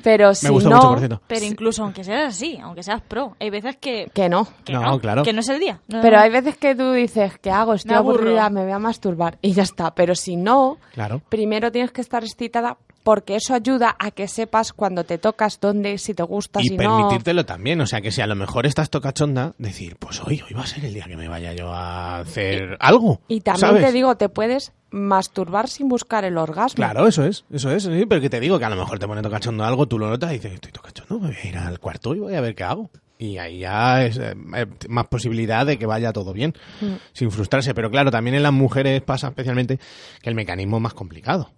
Speaker 5: Pero si
Speaker 1: Me gustó
Speaker 5: no,
Speaker 1: mucho, por cierto.
Speaker 6: Pero incluso aunque seas así, aunque seas pro, hay veces que,
Speaker 5: que no.
Speaker 6: que
Speaker 1: No, claro.
Speaker 6: que no es el día. No,
Speaker 5: Pero
Speaker 6: no.
Speaker 5: hay veces que tú dices, ¿qué hago? Estoy
Speaker 6: Me aburro.
Speaker 5: aburrida, Ah. me voy a masturbar y ya está. Pero si no,
Speaker 1: Claro.
Speaker 5: primero tienes que estar excitada porque eso ayuda a que sepas cuando te tocas, dónde, si te gusta,
Speaker 1: Y
Speaker 5: si
Speaker 1: permitírtelo también, o sea que si a lo mejor estás tocachonda, decir, pues hoy, hoy va a ser el día que me vaya yo a hacer algo.
Speaker 5: no. Y también
Speaker 1: ¿sabes?
Speaker 5: te digo, te puedes masturbar sin buscar el orgasmo.
Speaker 1: Claro, eso es, eso es, sí, pero que te digo que a lo mejor te pone tocachondo algo, tú lo notas y dices, estoy tocachondo, me voy a ir al cuarto y voy a ver qué hago. Y ahí ya es eh, eh, más posibilidad de que vaya todo bien,
Speaker 6: Mm.
Speaker 1: sin frustrarse. Pero claro, también en las mujeres pasa especialmente que el mecanismo es más complicado.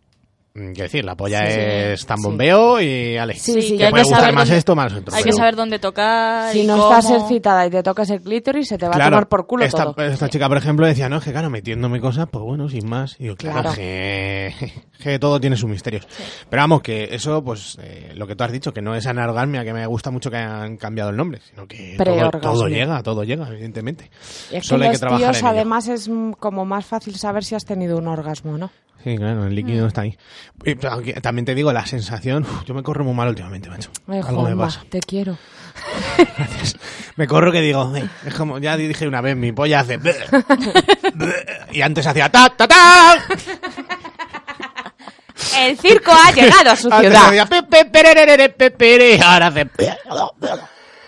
Speaker 1: Mm, Quiero decir, la polla
Speaker 6: Sí, sí,
Speaker 1: es tambombeo y ale.
Speaker 5: Sí, sí,
Speaker 1: Te
Speaker 5: hay
Speaker 1: puede
Speaker 5: que
Speaker 1: gustar
Speaker 5: saber
Speaker 1: más
Speaker 6: dónde-
Speaker 1: esto, más otro.
Speaker 6: Hay que
Speaker 1: pero-
Speaker 6: saber dónde tocar.
Speaker 5: Si
Speaker 6: y
Speaker 5: no
Speaker 6: cómo.
Speaker 5: estás excitada y te tocas el clítoris, se te va a tomar por culo
Speaker 1: esta,
Speaker 5: todo.
Speaker 1: esta chica, por ejemplo, decía, no, es que claro, metiéndome cosas, pues bueno, sin más. Y yo, claro,
Speaker 5: Claro.
Speaker 1: Que, que todo tiene sus misterios. Pero vamos, que eso, pues, eh, lo que tú has dicho, que no es anorgasmia, que me gusta mucho que han cambiado el nombre, sino que todo,
Speaker 5: Preorgasmia.
Speaker 1: todo llega, todo llega, evidentemente.
Speaker 5: Y es que
Speaker 1: Solo hay que
Speaker 5: los
Speaker 1: trabajar
Speaker 5: tíos,
Speaker 1: en ello.
Speaker 5: además, es mm, como más fácil saber si has tenido un orgasmo, ¿no?
Speaker 1: Sí, claro, el
Speaker 5: Mm.
Speaker 1: líquido está ahí. Y, pero, aunque también te digo, la sensación, uf, yo me corro muy mal últimamente, macho.
Speaker 5: Ay,
Speaker 1: Algo me
Speaker 5: Juanma,
Speaker 1: pasa.
Speaker 5: te quiero.
Speaker 1: Me corro que digo, "Ey", es como, ya dije una vez, mi polla hace... Y antes hacía ta ta ta.
Speaker 5: El circo ha llegado a su
Speaker 1: Antes
Speaker 5: ciudad.
Speaker 1: hacía pe, pe, pererere, pe, pere. Ahora hace pe.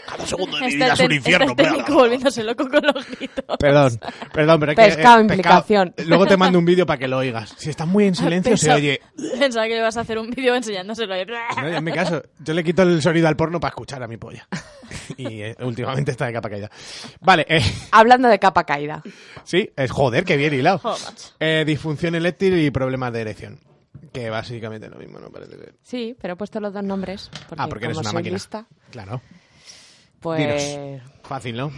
Speaker 9: Cada segundo de mi
Speaker 6: Está
Speaker 9: vida es
Speaker 6: el
Speaker 9: un
Speaker 6: te-
Speaker 9: infierno.
Speaker 6: está el Este técnico volviéndose loco con los gritos.
Speaker 1: Perdón, perdón, pero es que,
Speaker 5: Pescado,
Speaker 1: eh,
Speaker 5: implicación.
Speaker 1: Luego te mando un vídeo para que lo oigas. Si estás muy en silencio se
Speaker 6: Pensa-
Speaker 1: oye.
Speaker 6: Pensaba que ibas a hacer un vídeo enseñándoselo. ahí.
Speaker 1: No, ya me caso. Yo le quito el sonido al porno para escuchar a mi polla. Y eh, últimamente está de capa caída. Vale, eh,
Speaker 5: Hablando de capa caída.
Speaker 1: sí, es joder, qué bien hilado.
Speaker 6: Joder, macho.
Speaker 1: Eh, disfunción eléctil y problemas de erección. Que básicamente es lo mismo, ¿no? Parece que-
Speaker 5: Sí, pero he puesto los dos nombres. Porque
Speaker 1: ah, porque eres
Speaker 5: como
Speaker 1: una
Speaker 5: soy
Speaker 1: máquina.
Speaker 5: lista,
Speaker 1: Claro.
Speaker 5: pues.
Speaker 1: Fácil, ¿no?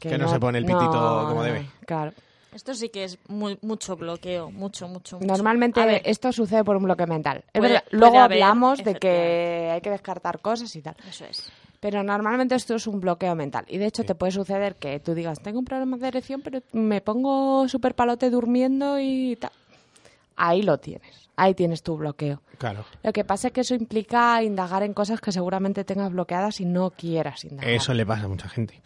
Speaker 1: Que, no, se pone el pitito
Speaker 5: no,
Speaker 1: como debe.
Speaker 5: Claro.
Speaker 6: Esto sí que es muy, mucho bloqueo, mucho, mucho, mucho.
Speaker 5: Normalmente
Speaker 6: A ver,
Speaker 5: esto sucede por un bloque mental. Es
Speaker 6: Puede-
Speaker 5: verdad,
Speaker 6: puede
Speaker 5: Luego
Speaker 6: haber,
Speaker 5: hablamos de que
Speaker 6: efectivamente.
Speaker 5: hay que descartar cosas y tal.
Speaker 6: Eso es.
Speaker 5: Pero normalmente esto es un bloqueo mental. Y de hecho te puede suceder que tú digas, tengo un problema de erección, pero me pongo súper palote durmiendo y tal. Ahí lo tienes. Ahí tienes tu bloqueo.
Speaker 1: Claro.
Speaker 5: Lo que pasa es que eso implica indagar en cosas que seguramente tengas bloqueadas y no quieras indagar.
Speaker 1: Eso le pasa a mucha gente.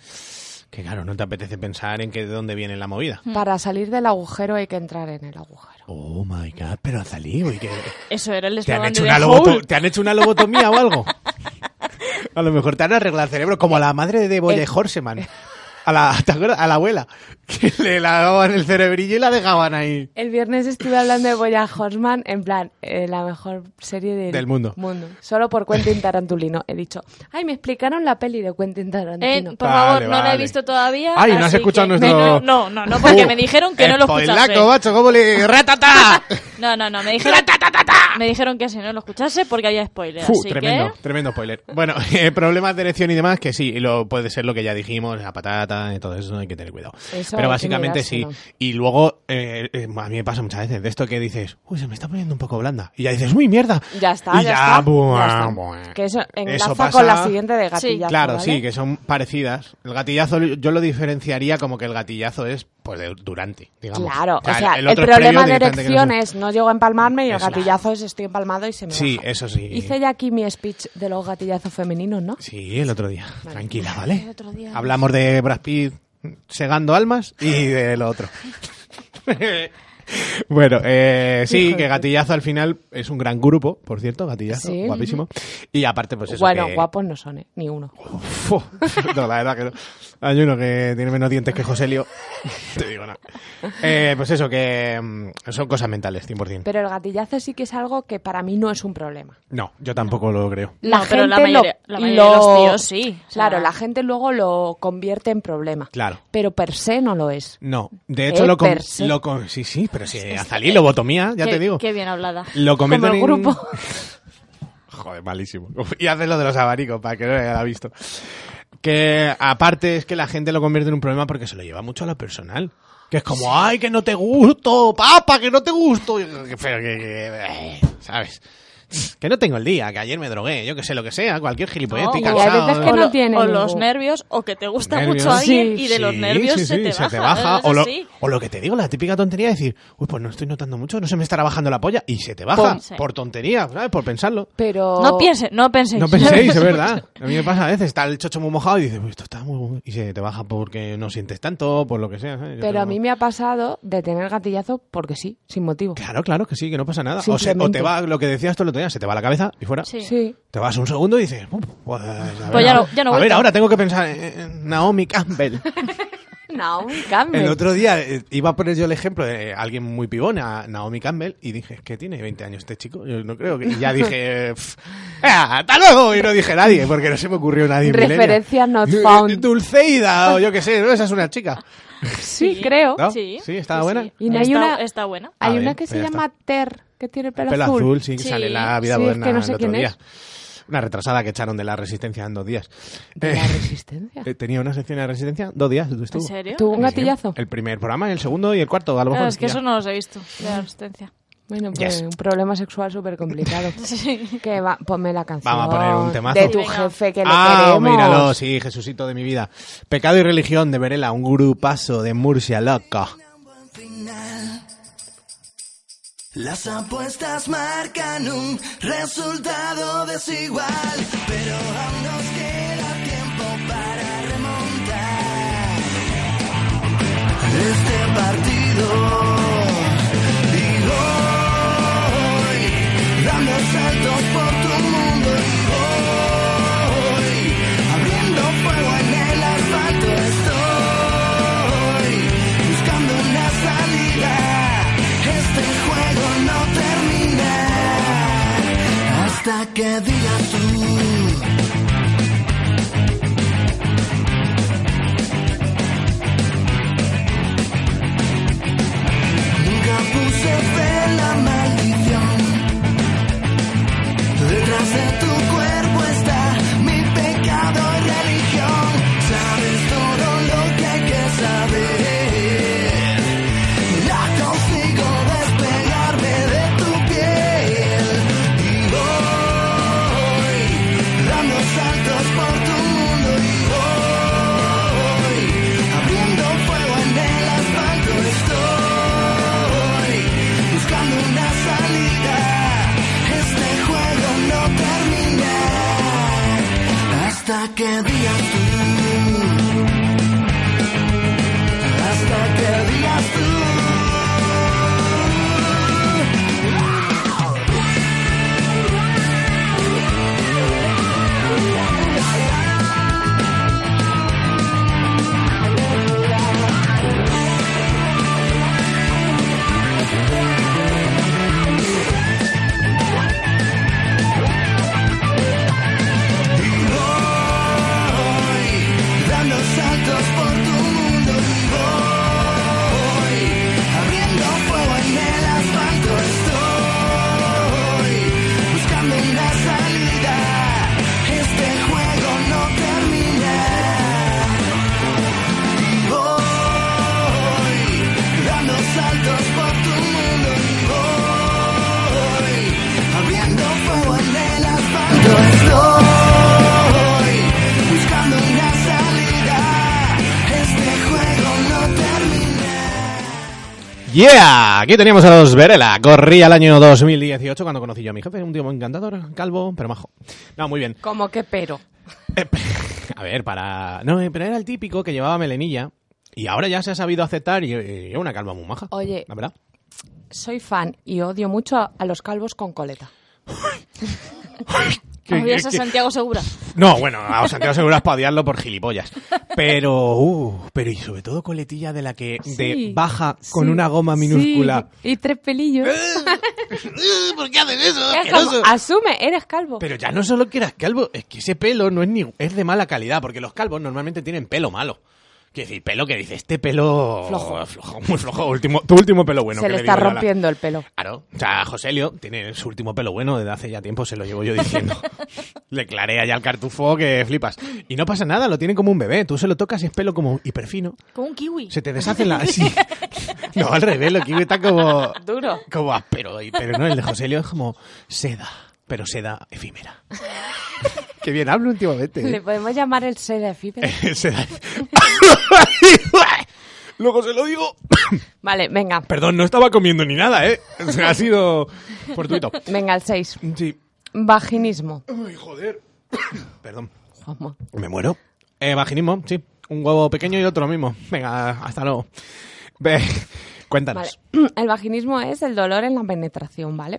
Speaker 1: Que claro, no te apetece pensar en que de dónde viene la movida.
Speaker 5: Para salir del agujero hay que entrar en el agujero.
Speaker 1: Oh my god, pero ha salido y que.
Speaker 6: Eso era el
Speaker 1: ¿Te han,
Speaker 6: eslogan de
Speaker 1: hecho una
Speaker 6: The
Speaker 1: loboto-
Speaker 6: Hole.
Speaker 1: ¿Te han hecho una lobotomía o algo? A lo mejor te han arreglado el cerebro, como a la madre de Boye
Speaker 5: Eh.
Speaker 1: Horseman. A la, ¿te acuerdas? A la abuela. Que le lavaban el cerebrillo y la dejaban ahí.
Speaker 5: El viernes estuve hablando de Boya Horseman, en plan, eh, la mejor serie del,
Speaker 1: Del mundo.
Speaker 5: Solo por Quentin Tarantulino. He dicho, ay, me explicaron la peli de Quentin
Speaker 6: Eh,
Speaker 5: Tarantino.
Speaker 6: por
Speaker 1: Vale,
Speaker 6: favor, no la he
Speaker 1: vale.
Speaker 6: visto todavía.
Speaker 1: Ay, no has
Speaker 6: así
Speaker 1: escuchado
Speaker 6: que-
Speaker 1: nuestro-
Speaker 6: No, no, no, porque
Speaker 1: Uh,
Speaker 6: me dijeron que no lo escuchase.
Speaker 1: spoilaco, macho, ¿cómo le...? ¡Ratata!
Speaker 6: No, no, no, me dijeron, me dijeron que si no lo escuchase porque había spoiler.
Speaker 1: Fu,
Speaker 6: así
Speaker 1: tremendo,
Speaker 6: que...
Speaker 1: tremendo spoiler. Bueno, eh, problemas de erección y demás, que sí, lo, puede ser lo que ya dijimos, la patata y todo eso, hay que tener cuidado.
Speaker 5: Eso hay que
Speaker 1: Pero básicamente sí.
Speaker 5: mirárselo.
Speaker 1: Y luego, eh, eh, a mí me pasa muchas veces, de esto que dices, uy, se me está poniendo un poco blanda. Y ya dices, uy, mierda.
Speaker 5: Ya está,
Speaker 1: Y
Speaker 5: ya, está,
Speaker 1: buah,
Speaker 5: ya está.
Speaker 1: buah.
Speaker 5: Que eso enlaza
Speaker 1: pasa-
Speaker 5: con la siguiente de gatillazo.
Speaker 1: Claro,
Speaker 5: ¿vale?
Speaker 1: sí, que son parecidas. El gatillazo yo lo diferenciaría como que el gatillazo es pues de- durante, digamos.
Speaker 5: Claro, o
Speaker 1: sea,
Speaker 5: sea, el,
Speaker 1: otro es
Speaker 5: problema
Speaker 1: previo
Speaker 5: de
Speaker 1: directamente que no
Speaker 5: erección
Speaker 1: se-
Speaker 5: es no llego a empalmarme y el
Speaker 1: Eso.
Speaker 5: gatillazo es estoy empalmado y se me
Speaker 1: Sí,
Speaker 5: baja.
Speaker 1: eso sí.
Speaker 5: Hice ya aquí mi speech de los gatillazos femeninos, ¿no?
Speaker 1: Sí, el otro día. Tranquila, ¿vale? Hablamos de Brad Pitt segando almas y de lo otro. bueno, eh, sí,
Speaker 5: Hijo
Speaker 1: que
Speaker 5: de-
Speaker 1: Gatillazo al final es un gran grupo, por cierto, Gatillazo,
Speaker 5: Sí.
Speaker 1: guapísimo. Y aparte, pues eso
Speaker 5: bueno,
Speaker 1: que-
Speaker 5: guapos no son, ¿eh? ni uno.
Speaker 1: Fu, no, la verdad que no. Hay uno que tiene menos dientes que Joselio. Te digo nada. Eh, pues eso, que mm, son cosas mentales, 100%.
Speaker 5: Pero el gatillazo sí que es algo que para mí no es un problema.
Speaker 1: No, yo tampoco lo creo.
Speaker 5: La
Speaker 6: No,
Speaker 5: gente
Speaker 6: pero la mayoría-
Speaker 5: lo,
Speaker 6: la mayoría de los
Speaker 5: lo-
Speaker 6: tíos sí, o sea-
Speaker 5: claro, la gente luego lo convierte en problema.
Speaker 1: Claro.
Speaker 5: Pero per se no lo es.
Speaker 1: No, de hecho
Speaker 5: Eh,
Speaker 1: lo, con,
Speaker 5: per se.
Speaker 1: lo con- Sí, sí, pero sí, hasta allí lobotomía, ya
Speaker 6: qué,
Speaker 1: te digo.
Speaker 6: Qué bien hablada.
Speaker 1: Lo convierten
Speaker 5: Como el
Speaker 1: en-
Speaker 5: grupo.
Speaker 1: Joder, malísimo. Y hace lo de los abanicos para que no lo haya visto. Que aparte es que la gente lo convierte en un problema porque se lo lleva mucho a lo personal. Que es como, ay, que no te gusto, papa, que no te gusto. Y- que- Pero que, que- ¿Sabes? Que no tengo el día, que ayer me drogué, yo que sé, lo que sea, cualquier gilipollas.
Speaker 6: No,
Speaker 1: estoy
Speaker 6: y hay
Speaker 1: cansado.
Speaker 5: veces que
Speaker 6: o
Speaker 5: no
Speaker 6: lo-
Speaker 5: tiene
Speaker 6: o los
Speaker 5: ningún-
Speaker 6: nervios, o que te gusta
Speaker 1: Nervios.
Speaker 6: mucho alguien
Speaker 5: Sí,
Speaker 6: y de los
Speaker 1: Sí,
Speaker 6: nervios
Speaker 1: sí,
Speaker 6: se,
Speaker 1: sí,
Speaker 6: te
Speaker 1: se te
Speaker 6: baja.
Speaker 1: baja. O lo,
Speaker 6: Sí.
Speaker 1: o lo que te digo, la típica tontería de decir, uy, pues no estoy notando mucho, no se me estará bajando la polla. Y se te baja
Speaker 6: Pum. Sí.
Speaker 1: por tontería, ¿sabes? Por pensarlo.
Speaker 5: Pero
Speaker 6: No piense, no penséis.
Speaker 1: No penséis, es verdad. A mí me pasa a veces, está el chocho muy mojado y dices, "Uy, esto está muy... bueno", Y se te baja porque no sientes tanto, por lo que sea. ¿sabes? Yo
Speaker 5: Pero a
Speaker 1: tengo-
Speaker 5: mí me ha pasado de tener gatillazo porque sí, sin motivo.
Speaker 1: Claro, claro, que sí, que no pasa nada. O, se- o
Speaker 5: Simplemente.
Speaker 1: te va, lo que decías tú el otro día, se te va la cabeza y fuera.
Speaker 6: Sí.
Speaker 5: Sí.
Speaker 1: Te vas un segundo y dices, "Pum, pues, a
Speaker 6: Pues
Speaker 1: ver,
Speaker 6: ya no-
Speaker 1: ahora-
Speaker 6: ya no
Speaker 1: a ver,
Speaker 6: vuelta".
Speaker 1: ahora tengo que pensar en- en Naomi Campbell.
Speaker 5: No, un
Speaker 1: El
Speaker 5: cambio.
Speaker 1: otro día eh, iba a poner yo el ejemplo de alguien muy pibón, a Naomi Campbell, y dije, ¿qué tiene 20 años este chico? Yo no creo que... Y ya dije, "Pf, eh, ¡hasta luego! Y no dije nadie, porque no se me ocurrió nadie.
Speaker 5: Referencia
Speaker 1: millennial.
Speaker 5: not found.
Speaker 1: Dulceida, o yo qué sé, ¿no? Esa es una chica.
Speaker 5: Sí, creo.
Speaker 1: ¿No?
Speaker 6: Sí,
Speaker 1: Sí, estaba buena.
Speaker 5: Y no
Speaker 6: está,
Speaker 5: hay una-
Speaker 6: está buena.
Speaker 5: Hay
Speaker 1: Ah,
Speaker 5: una
Speaker 1: bien,
Speaker 5: que
Speaker 1: pues
Speaker 5: se
Speaker 1: ya
Speaker 5: llama Ter, que tiene el pelo,
Speaker 1: Pelo azul, sí, que
Speaker 6: Sí.
Speaker 1: sale en la vida
Speaker 5: Sí, es
Speaker 1: moderna
Speaker 5: que no sé
Speaker 1: el otro
Speaker 5: quién
Speaker 1: día.
Speaker 5: es.
Speaker 1: Una retrasada que echaron de la resistencia en dos días.
Speaker 5: De
Speaker 1: Eh,
Speaker 5: la resistencia.
Speaker 1: eh, tenía una sección de resistencia, dos días estuvo.
Speaker 6: ¿En serio?
Speaker 5: ¿Tuvo un
Speaker 1: Sí,
Speaker 5: gatillazo?
Speaker 1: El primer programa, el segundo y el cuarto, a lo mejor.
Speaker 6: Claro, es que
Speaker 1: ya.
Speaker 6: eso no los he visto, de la resistencia.
Speaker 5: Bueno, pues
Speaker 1: Yes.
Speaker 5: un problema sexual súper complicado.
Speaker 6: Sí.
Speaker 5: que va, ponme la canción
Speaker 1: Vamos a poner un temazo.
Speaker 5: de tu
Speaker 6: Venga.
Speaker 5: jefe que le
Speaker 1: ah,
Speaker 5: queremos.
Speaker 1: míralo, sí, Jesucito de mi vida. Pecado y religión de Verela, un grupazo de Murcia, loco.
Speaker 4: final. Las apuestas marcan un resultado desigual, pero aún nos queda tiempo para remontar este partido.
Speaker 7: que diga tú. Nunca puse fe en la maldición. Detrás de tu cuerpo está mi pecado y religión. Sabes todo lo que hay que saber. Ya consigo despegarme de tu piel. Y voy dando saltos por tu mundo. Y voy abriendo fuego en el asfalto. Estoy buscando una salida. Este juego no termina hasta que digas tú. Hasta que digas dando saltos por tu mundo y voy abriendo fuego en el asfalto estoy buscando una salida este juego no termina y voy dando saltos por tu mundo y voy abriendo fuego en el asfalto estoy buscando una salida. Este juego no termina.
Speaker 1: ¡Yeah! Aquí teníamos a los Verela. Corría el año 2018 cuando conocí yo a mi jefe, un tío muy encantador, calvo, pero majo. No, muy bien. Eh,
Speaker 5: Como que pero.
Speaker 1: A ver, para... No, eh, pero era el típico que llevaba melenilla y ahora ya se ha sabido aceptar y y era una calva muy maja.
Speaker 5: Oye.
Speaker 1: La verdad.
Speaker 5: Soy fan y odio mucho a, a los calvos con coleta.
Speaker 1: Que-
Speaker 6: Obvias a
Speaker 1: que- que-
Speaker 6: Santiago Segura.
Speaker 1: No, bueno, a Santiago Segura es para odiarlo por gilipollas. Pero, uh, pero y sobre todo coletilla de la que de
Speaker 5: Sí.
Speaker 1: baja con
Speaker 5: Sí,
Speaker 1: una goma
Speaker 5: sí,
Speaker 1: minúscula. Eh,
Speaker 5: y tres pelillos.
Speaker 10: ¿Por qué hacen eso?
Speaker 5: Es como, asume, eres calvo.
Speaker 1: Pero ya no solo que eras calvo, es que ese pelo no es ni es de mala calidad, porque los calvos normalmente tienen pelo malo. Quiero decir, pelo que dice, este pelo
Speaker 5: Flojo.
Speaker 1: muy flojo, último, tu último pelo bueno.
Speaker 5: Se
Speaker 1: que
Speaker 5: le
Speaker 1: digo
Speaker 5: está
Speaker 1: yo a la-
Speaker 5: rompiendo el pelo.
Speaker 1: Claro, o sea, Joselio tiene su último pelo bueno desde hace ya tiempo, se lo llevo yo diciendo. le clarea ya el cartufo que flipas. Y no pasa nada, lo tiene como un bebé, tú se lo tocas y es pelo como hiperfino.
Speaker 6: Como un kiwi.
Speaker 1: Se te deshacen las... sí. No, al revés, lo que está como...
Speaker 5: Duro.
Speaker 1: Como áspero, y- pero no, el de Joselio es como seda, pero seda efímera. Qué bien hablo últimamente.
Speaker 5: Le
Speaker 1: ¿eh?
Speaker 5: podemos llamar el seda efímero.
Speaker 1: Seda- Luego se lo digo.
Speaker 5: Vale, venga.
Speaker 1: Perdón, no estaba comiendo ni nada, ¿eh? O sea, ha sido fortuito.
Speaker 5: Venga, el 6.
Speaker 1: Sí.
Speaker 5: Vaginismo.
Speaker 1: Ay, joder. Perdón.
Speaker 5: Juanma.
Speaker 1: ¿Me muero? Eh, vaginismo, sí. Un huevo pequeño y otro mismo. Venga, hasta luego. Ve, cuéntanos.
Speaker 5: Vale. El vaginismo es el dolor en la penetración, ¿vale?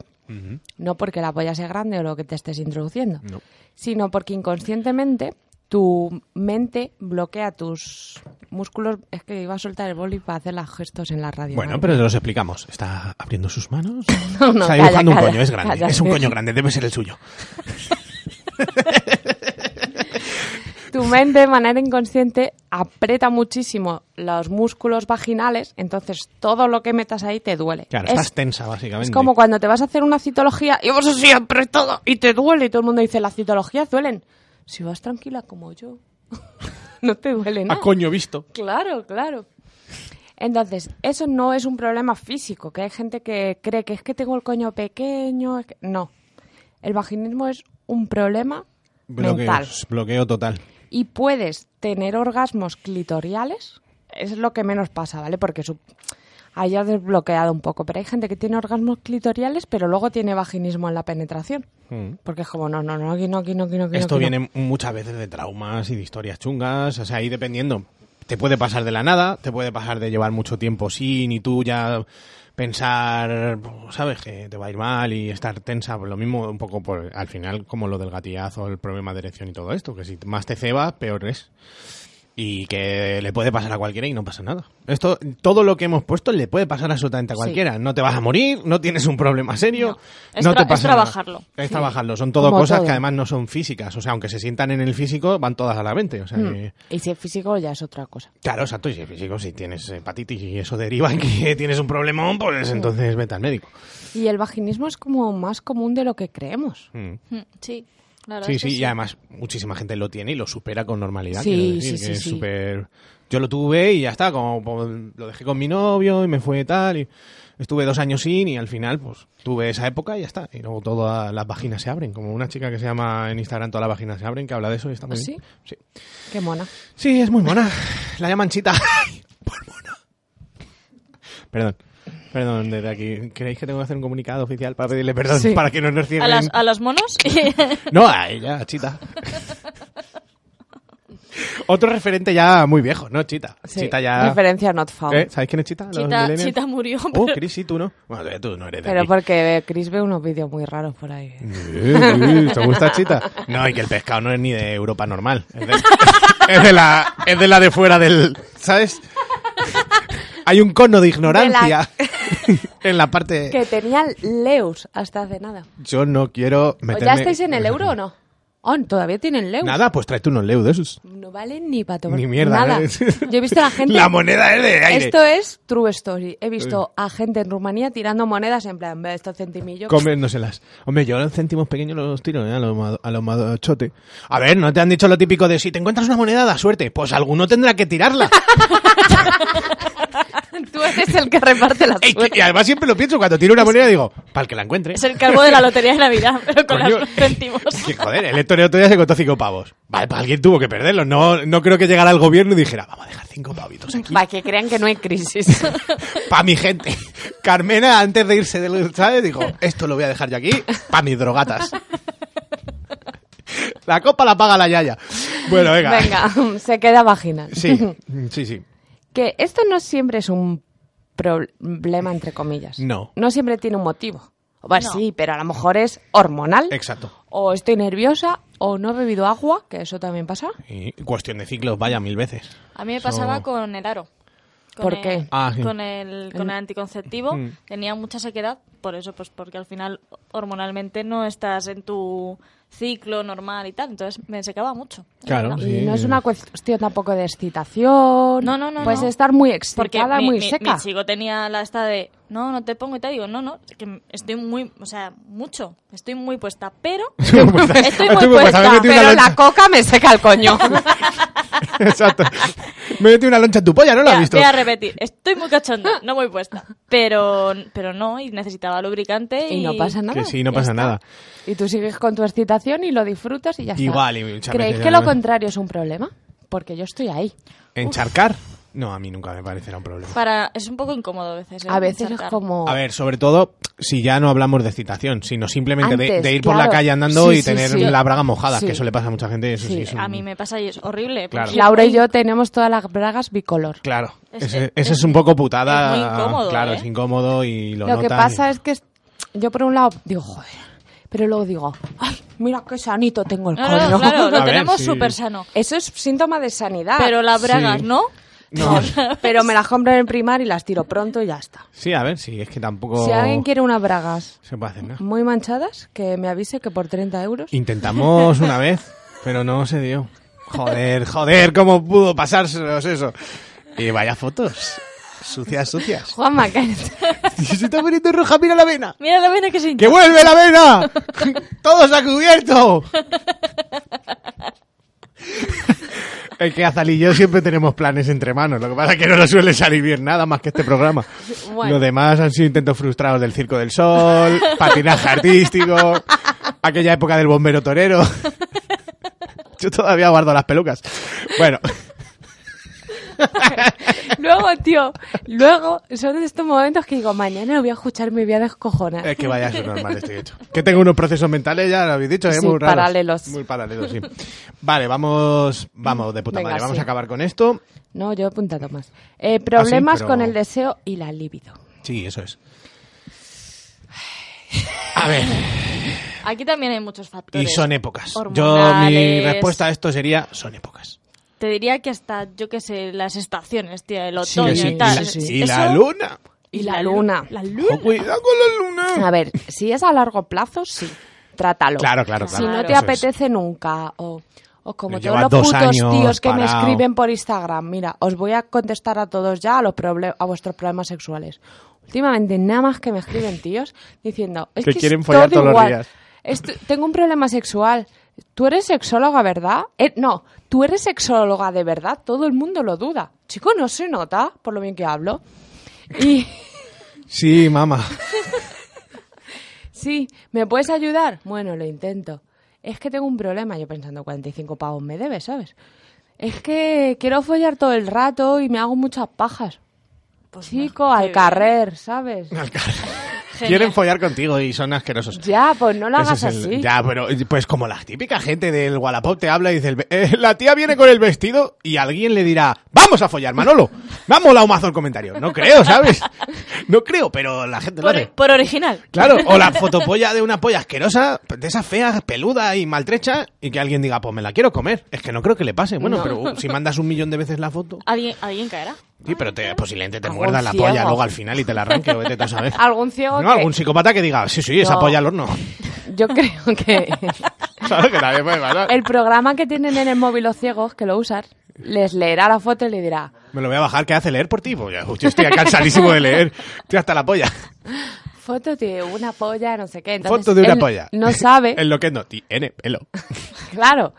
Speaker 5: No porque la polla sea grande o lo que te estés introduciendo,
Speaker 1: No.
Speaker 5: sino porque inconscientemente tu mente bloquea tus músculos. Es que iba a soltar el boli para hacer los gestos en la radio.
Speaker 1: Bueno,
Speaker 5: ¿vale?
Speaker 1: pero los explicamos. Está abriendo sus manos.
Speaker 5: No, no,
Speaker 1: Está
Speaker 5: calla,
Speaker 1: dibujando un
Speaker 5: calla,
Speaker 1: coño, es grande.
Speaker 5: calla.
Speaker 1: Es un coño grande, debe ser el suyo.
Speaker 5: Tu mente de manera inconsciente aprieta muchísimo los músculos vaginales, entonces todo lo que metas ahí te duele.
Speaker 1: Claro,
Speaker 5: Es-
Speaker 1: estás tensa, básicamente.
Speaker 5: Es como cuando te vas a hacer una citología y vos así apretado y te duele y todo el mundo dice, las citologías duelen. Si vas tranquila como yo, no te duele
Speaker 1: A
Speaker 5: nada.
Speaker 1: Ah, coño visto.
Speaker 5: Claro, claro. Entonces, eso no es un problema físico, que hay gente que cree que es que tengo el coño pequeño. es que- No, el vaginismo es un problema mental.
Speaker 1: Bloqueos, bloqueo total.
Speaker 5: Y puedes tener orgasmos clitoriales, eso es lo que menos pasa, ¿vale? Porque su... haya desbloqueado un poco, pero hay gente que tiene orgasmos clitoriales, pero luego tiene vaginismo en la penetración.
Speaker 1: Mm.
Speaker 5: Porque es como, no, no, no, aquí no, aquí no, aquí no. aquí no,
Speaker 1: Esto
Speaker 5: aquí no.
Speaker 1: viene muchas veces de traumas y de historias chungas, o sea, ahí dependiendo. Te puede pasar de la nada, te puede pasar de llevar mucho tiempo sin y tú ya pensar, sabes, que te va a ir mal y estar tensa, pues lo mismo un poco por, al final como lo del gatillazo, el problema de erección y todo esto, que si más te cebas, peor es. y que le puede pasar a cualquiera y no pasa nada. Esto, todo lo que hemos puesto le puede pasar absolutamente a cualquiera. No te vas a morir, no tienes un problema serio, no,
Speaker 6: No. Es tra-
Speaker 1: te
Speaker 6: es
Speaker 1: pasa nada.
Speaker 6: trabajarlo.
Speaker 1: Es
Speaker 6: Sí.
Speaker 1: trabajarlo. Son todo
Speaker 5: Como
Speaker 1: cosas
Speaker 5: todo.
Speaker 1: que además no son físicas. O sea, aunque se sientan en el físico, van todas a la mente. O sea,
Speaker 5: Mm.
Speaker 1: que-
Speaker 5: Y si es físico ya es otra cosa.
Speaker 1: Claro, exacto. Y si es físico, si tienes eh, hepatitis y eso deriva en que tienes un problemón, pues
Speaker 5: Mm.
Speaker 1: entonces vete al médico.
Speaker 5: Y el vaginismo es como más común de lo que creemos.
Speaker 1: Mm.
Speaker 6: Mm, Sí, la verdad
Speaker 1: Sí,
Speaker 6: es que
Speaker 1: sí, y además muchísima gente lo tiene y lo supera con normalidad.
Speaker 5: Sí,
Speaker 1: quiero decir,
Speaker 5: sí,
Speaker 1: que
Speaker 5: sí,
Speaker 1: es
Speaker 5: sí.
Speaker 1: súper- Yo lo tuve y ya está, como po- lo dejé con mi novio y me fue tal, y estuve dos años sin y al final pues tuve esa época y ya está. Y luego todas las vaginas se abren, como una chica que se llama en Instagram Todas las vaginas se abren, que habla de eso y está muy
Speaker 5: ¿Ah, ¿Sí?
Speaker 1: bien. Sí.
Speaker 5: Qué mona.
Speaker 1: Sí, es muy mona. La llaman chita. Por mona. Perdón. Perdón, desde aquí. ¿Creéis que tengo que hacer un comunicado oficial para pedirle perdón
Speaker 5: Sí.
Speaker 1: para que no nos
Speaker 6: A,
Speaker 1: cierren?
Speaker 6: las, a los monos.
Speaker 1: No, a ella, a Chita. Otro referente ya muy viejo, ¿no? Chita.
Speaker 5: Sí,
Speaker 1: Chita ya.
Speaker 5: Referencia not found.
Speaker 1: ¿Eh? ¿Sabéis quién es Chita? Los
Speaker 6: Chita,
Speaker 1: millennials.
Speaker 6: Chita murió,
Speaker 1: Oh,
Speaker 6: pero
Speaker 1: Chris, sí, tú no. Bueno, todavía tú no eres de
Speaker 5: Pero
Speaker 1: aquí.
Speaker 5: porque Chris ve unos vídeos muy raros por ahí.
Speaker 1: Eh, eh, ¿Te gusta Chita? No, y que el pescado no es ni de Europa normal. Es de, es de la, es de la de fuera del. ¿Sabes? Hay un cono de ignorancia en la parte.
Speaker 5: Que tenía Leus hasta hace nada.
Speaker 1: Yo no quiero
Speaker 5: ¿O
Speaker 1: meterme.
Speaker 5: ya estáis en el euro o no? Oh, todavía tienen Leus.
Speaker 1: Nada, pues tráete unos leu de esos.
Speaker 5: No vale ni para tomar.
Speaker 1: Ni mierda,
Speaker 5: Nada.
Speaker 1: ¿no?
Speaker 5: Yo he visto a la gente.
Speaker 1: La moneda es de aire.
Speaker 5: Esto es true story. He visto a gente en Rumanía tirando monedas en plan, ve estos centimillos.
Speaker 1: Comiéndoselas. Hombre, yo los céntimos pequeños los tiro ¿eh? a los ma- a los machote. A ver, ¿no te han dicho lo típico de si te encuentras una moneda, da suerte? Pues alguno tendrá que tirarla.
Speaker 5: Tú eres el que reparte las
Speaker 1: Ey, que- y además siempre lo pienso, cuando tiro una moneda digo, para el que la encuentre.
Speaker 6: es el cargo de la lotería de Navidad, pero con
Speaker 1: Coño.
Speaker 6: los céntimos.
Speaker 1: Que joder, el Héctor el otro día se contó cinco pavos. Vale, pues alguien tuvo que perderlo. No, no creo que llegara el gobierno y dijera, vamos a dejar cinco pavitos aquí.
Speaker 5: Para que crean que no hay crisis.
Speaker 1: Pa' mi gente. Carmena, antes de irse del ¿sabes? dijo, esto lo voy a dejar yo aquí, pa' mis drogatas. La copa la paga la yaya. Bueno, venga.
Speaker 5: Venga, se queda vagina.
Speaker 1: Sí, sí, sí.
Speaker 5: Que esto no siempre es un problema, entre comillas.
Speaker 1: No.
Speaker 5: No siempre tiene un motivo. Pues
Speaker 6: No.
Speaker 5: sí, pero a lo mejor es hormonal.
Speaker 1: Exacto.
Speaker 5: O estoy nerviosa, o no he bebido agua, que eso también pasa.
Speaker 1: Y cuestión de ciclos, vaya mil veces.
Speaker 6: A mí me pasaba
Speaker 1: So-
Speaker 6: con el aro. Con
Speaker 5: ¿Por
Speaker 6: el-
Speaker 5: qué?
Speaker 1: Ah, sí. Mm.
Speaker 6: Con el, con el anticonceptivo. Tenía mucha sequedad, por eso, pues porque al final hormonalmente no estás en tu ciclo normal y tal. Entonces me secaba mucho. la
Speaker 1: Claro,
Speaker 6: verdad.
Speaker 1: sí.
Speaker 5: Y no es una cuestión tampoco de excitación.
Speaker 6: Ah. No, no, no,
Speaker 5: Puedes
Speaker 6: no.
Speaker 5: estar muy
Speaker 6: Porque
Speaker 5: excitada,
Speaker 6: mi-
Speaker 5: muy
Speaker 6: mi-
Speaker 5: seca.
Speaker 6: mi chico tenía la esta de, no, no te pongo y te digo, no, no, es que estoy muy, o sea, mucho, estoy muy puesta, pero estoy
Speaker 5: Pues,
Speaker 6: muy
Speaker 1: pues,
Speaker 6: puesta,
Speaker 1: puesta, me metí una
Speaker 5: pero la
Speaker 1: loncha.
Speaker 5: coca me seca el coño.
Speaker 1: Exacto. Me metí una loncha en tu polla, ¿no la
Speaker 6: Voy
Speaker 1: has
Speaker 6: a-
Speaker 1: visto?
Speaker 6: Voy a repetir, estoy muy cachonda, no muy puesta, pero, pero no, y necesitaba lubricante y...
Speaker 5: y no pasa nada.
Speaker 1: Que sí, no pasa nada.
Speaker 5: Y tú sigues con tu excitación y lo disfrutas y ya está.
Speaker 1: Igual, y muchas
Speaker 5: ¿Creéis
Speaker 1: veces
Speaker 5: que lo
Speaker 1: además.
Speaker 5: contrario es un problema? Porque yo estoy ahí.
Speaker 1: ¿Encharcar? No, a mí nunca me parecerá un problema.
Speaker 6: Para, es un poco incómodo a veces. ¿eh?
Speaker 5: A veces es
Speaker 6: Encharcar.
Speaker 5: como...
Speaker 1: A ver, sobre todo si ya no hablamos de excitación, sino simplemente de- de,
Speaker 5: Antes,
Speaker 1: ir por la
Speaker 5: claro.
Speaker 1: calle andando y
Speaker 5: Sí, sí,
Speaker 1: tener
Speaker 5: sí.
Speaker 1: la braga mojada,
Speaker 5: Sí.
Speaker 1: que eso le pasa a mucha gente. Eso sí,
Speaker 5: Sí,
Speaker 1: es un-
Speaker 6: A mí me pasa y es horrible.
Speaker 1: Claro.
Speaker 6: porque-
Speaker 5: Laura y yo tenemos todas las bragas bicolor.
Speaker 1: Claro,
Speaker 6: Es-
Speaker 1: ese
Speaker 6: es-
Speaker 1: ese es,
Speaker 6: es-
Speaker 1: un poco putada.
Speaker 6: es muy incómodo,
Speaker 1: Claro,
Speaker 6: ¿eh?
Speaker 1: es incómodo y lo,
Speaker 5: Lo, que
Speaker 1: notas
Speaker 5: pasa
Speaker 1: y-
Speaker 5: es que es- yo por un lado digo, joder, pero luego digo, ay, mira qué sanito tengo el
Speaker 6: No,
Speaker 5: coño.
Speaker 6: no, claro,
Speaker 1: A
Speaker 6: lo
Speaker 1: ver,
Speaker 6: tenemos
Speaker 1: sí. Ah,
Speaker 6: súper sano.
Speaker 5: Eso es síntoma de sanidad.
Speaker 6: Pero las bragas,
Speaker 1: Sí.
Speaker 6: ¿no?
Speaker 1: No.
Speaker 5: Pero me las compro en el primar y las tiro pronto y ya está.
Speaker 1: Sí, a ver, sí, es que tampoco
Speaker 5: Si alguien quiere unas bragas
Speaker 1: se puede hacer nada.
Speaker 5: muy manchadas, que me avise que por 30 euros.
Speaker 1: Intentamos una vez, pero no se dio. Joder, joder, ¿cómo pudo pasárselos eso? Y vaya fotos. Sucias, sucias.
Speaker 5: Juanma, que-
Speaker 1: Y se está poniendo roja, mira la vena.
Speaker 6: Mira la vena que se
Speaker 1: ¡Que vuelve la vena! ¡Todos a cubierto! Es que Azal y yo siempre tenemos planes entre manos. Lo que pasa es que no nos suele salir bien nada más que este programa.
Speaker 5: Bueno.
Speaker 1: Lo demás han sido intentos frustrados del Circo del Sol, patinaje artístico, aquella época del bombero torero. Yo todavía guardo las pelucas. Bueno,
Speaker 5: Luego, tío, luego son de estos momentos que digo, mañana lo voy a escuchar, me voy a descojonar.
Speaker 1: es que vaya eso normal estoy hecho. Que tengo unos procesos mentales, ya lo habéis dicho, ¿eh?
Speaker 5: Sí,
Speaker 1: muy raros.
Speaker 5: paralelos.
Speaker 1: Muy paralelos, sí. Vale, vamos, vamos de puta
Speaker 5: Venga,
Speaker 1: madre, vamos
Speaker 5: sí.
Speaker 1: a acabar con esto.
Speaker 5: No, yo he apuntado más. Eh, problemas
Speaker 1: pero-
Speaker 5: con el deseo y la libido.
Speaker 1: Sí, eso es. A ver,
Speaker 6: Aquí también hay muchos factores.
Speaker 1: y son épocas. Yo, mi
Speaker 6: Hormonales.
Speaker 1: respuesta a esto sería, son épocas.
Speaker 6: te diría que hasta, yo qué sé, las estaciones, tío, el
Speaker 5: Sí,
Speaker 6: otoño
Speaker 5: sí,
Speaker 6: y tal.
Speaker 5: sí, sí.
Speaker 1: Y
Speaker 6: Eso-
Speaker 1: la luna.
Speaker 5: Y la luna.
Speaker 6: La luna.
Speaker 1: Cuidado con la luna.
Speaker 5: A ver, si es a largo plazo, sí, trátalo.
Speaker 1: Claro, claro,
Speaker 5: Si
Speaker 1: claro.
Speaker 5: no
Speaker 1: Eso
Speaker 5: te
Speaker 1: es.
Speaker 5: apetece nunca, o, o como
Speaker 1: Me
Speaker 5: todos
Speaker 1: lleva
Speaker 5: los
Speaker 1: dos
Speaker 5: putos
Speaker 1: años
Speaker 5: tíos que me
Speaker 1: parado.
Speaker 5: escriben por Instagram, mira, os voy a contestar a todos ya a, los proble- a vuestros problemas sexuales. Últimamente nada más que me escriben tíos diciendo, es
Speaker 1: Que
Speaker 5: que,
Speaker 1: quieren
Speaker 5: es
Speaker 1: follar
Speaker 5: todo
Speaker 1: todos los
Speaker 5: igual.
Speaker 1: días.
Speaker 5: Esto- tengo un problema sexual. Tú eres sexóloga, ¿verdad? Eh, no, tú eres sexóloga de verdad. Todo el mundo lo duda. Chico, no se nota por lo bien que hablo. Y
Speaker 1: Sí, mamá.
Speaker 5: sí, ¿me puedes ayudar? Bueno, lo intento. Es que tengo un problema. Yo pensando, 45 pavos me debes, ¿sabes? Es que quiero follar todo el rato y me hago muchas pajas. Chico,
Speaker 6: Pues no, qué
Speaker 5: al
Speaker 6: bien.
Speaker 5: carrer, ¿sabes?
Speaker 1: Quieren follar contigo y son asquerosos.
Speaker 5: Ya, pues no lo
Speaker 1: Ese
Speaker 5: hagas
Speaker 1: es el-
Speaker 5: así.
Speaker 1: Ya, pero eh, pues como la típica gente del Wallapop te habla y dice, el ve- eh, la tía viene con el vestido y alguien le dirá, vamos a follar, Manolo. Me ha molado mazo el comentario. No creo, ¿sabes? No creo, pero la gente lo
Speaker 6: Por,
Speaker 1: hace.
Speaker 6: por original.
Speaker 1: Claro, o la fotopolla de una polla asquerosa, de esas feas, peluda y maltrecha, y que alguien diga, pues me la quiero comer. Es que no creo que le pase. Bueno,
Speaker 5: No.
Speaker 1: pero uh, si mandas un millón de veces la foto.
Speaker 6: ¿Alguien, alguien caerá.
Speaker 1: Sí, pero te, posiblemente te
Speaker 5: Algún
Speaker 1: muerda la
Speaker 5: ciego.
Speaker 1: polla luego al final y te la arranque o vete tú a saber.
Speaker 5: Algún ciego
Speaker 1: No,
Speaker 5: que-
Speaker 1: algún psicópata que diga, sí, sí, esa
Speaker 5: No.
Speaker 1: polla al horno.
Speaker 5: Yo creo que
Speaker 1: Claro que también puede pasar.
Speaker 5: el programa que tienen en el móvil los ciegos, que lo usan, les leerá la foto y le dirá,
Speaker 1: Me lo voy a bajar, ¿qué hace leer por ti? Pues ya, hostia, estoy cansadísimo de leer. Estoy hasta la polla.
Speaker 5: foto de una polla, no sé qué. Entonces,
Speaker 1: Foto de una
Speaker 5: él
Speaker 1: polla.
Speaker 5: No sabe,
Speaker 1: En lo que no, tiene pelo.
Speaker 5: claro.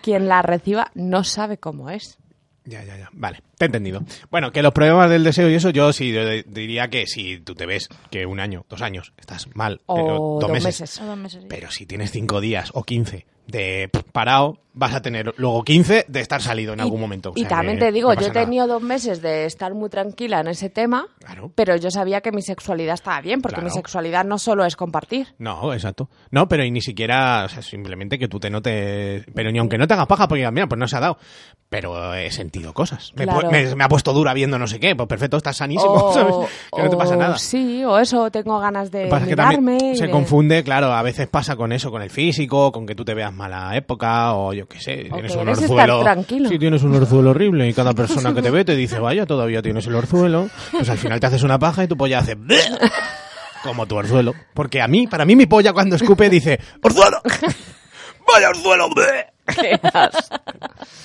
Speaker 5: Quien la reciba no sabe cómo es.
Speaker 1: Ya, ya, ya. Vale, te he entendido. Bueno, que los problemas del deseo y eso, yo sí yo de- diría que si tú te ves que un año, dos años, estás mal,
Speaker 5: O
Speaker 1: eh,
Speaker 5: dos
Speaker 6: O
Speaker 5: meses.
Speaker 6: dos meses.
Speaker 1: Pero si tienes cinco días o quince de pff, parado, vas a tener luego quince de estar salido en algún momento. O
Speaker 5: Y
Speaker 1: sea
Speaker 5: también
Speaker 1: que
Speaker 5: te digo,
Speaker 1: no
Speaker 5: yo
Speaker 1: pasa
Speaker 5: he
Speaker 1: nada.
Speaker 5: tenido dos meses de estar muy tranquila en ese tema,
Speaker 1: Claro.
Speaker 5: pero yo sabía que mi sexualidad estaba bien, porque mi
Speaker 1: Claro.
Speaker 5: sexualidad no solo es compartir.
Speaker 1: No, exacto. No, pero y ni siquiera, o sea, simplemente que tú te notes, pero ni aunque no te hagas paja, porque digas, mira, pues no se ha dado, pero he sentido cosas. Me,
Speaker 5: Claro.
Speaker 1: pu-
Speaker 5: Oh,
Speaker 1: me- me ha puesto dura viendo no sé qué, pues perfecto, estás sanísimo,
Speaker 5: O-
Speaker 1: ¿sabes? Que no te pasa
Speaker 5: o
Speaker 1: nada.
Speaker 5: Sí, o eso, tengo ganas de
Speaker 1: Lo que pasa es que
Speaker 5: Eh, mirarme.
Speaker 1: también
Speaker 5: y
Speaker 1: se
Speaker 5: de-
Speaker 1: confunde, claro, a veces pasa con eso, con el físico, con que tú te veas mala época, o yo qué sé,
Speaker 5: O
Speaker 1: tienes
Speaker 5: que
Speaker 1: un
Speaker 5: eres
Speaker 1: orzuelo.
Speaker 5: estar tranquilo.
Speaker 1: Sí, tienes un orzuelo horrible, y cada persona que te ve te dice, vaya, todavía tienes el orzuelo, pues al final te haces una paja y tu polla hace... "Bleh", Como tu orzuelo. Porque a mí, para mí mi polla cuando escupe dice, ¡Orzuelo! ¡Vaya orzuelo! bleh".
Speaker 5: Qué asco.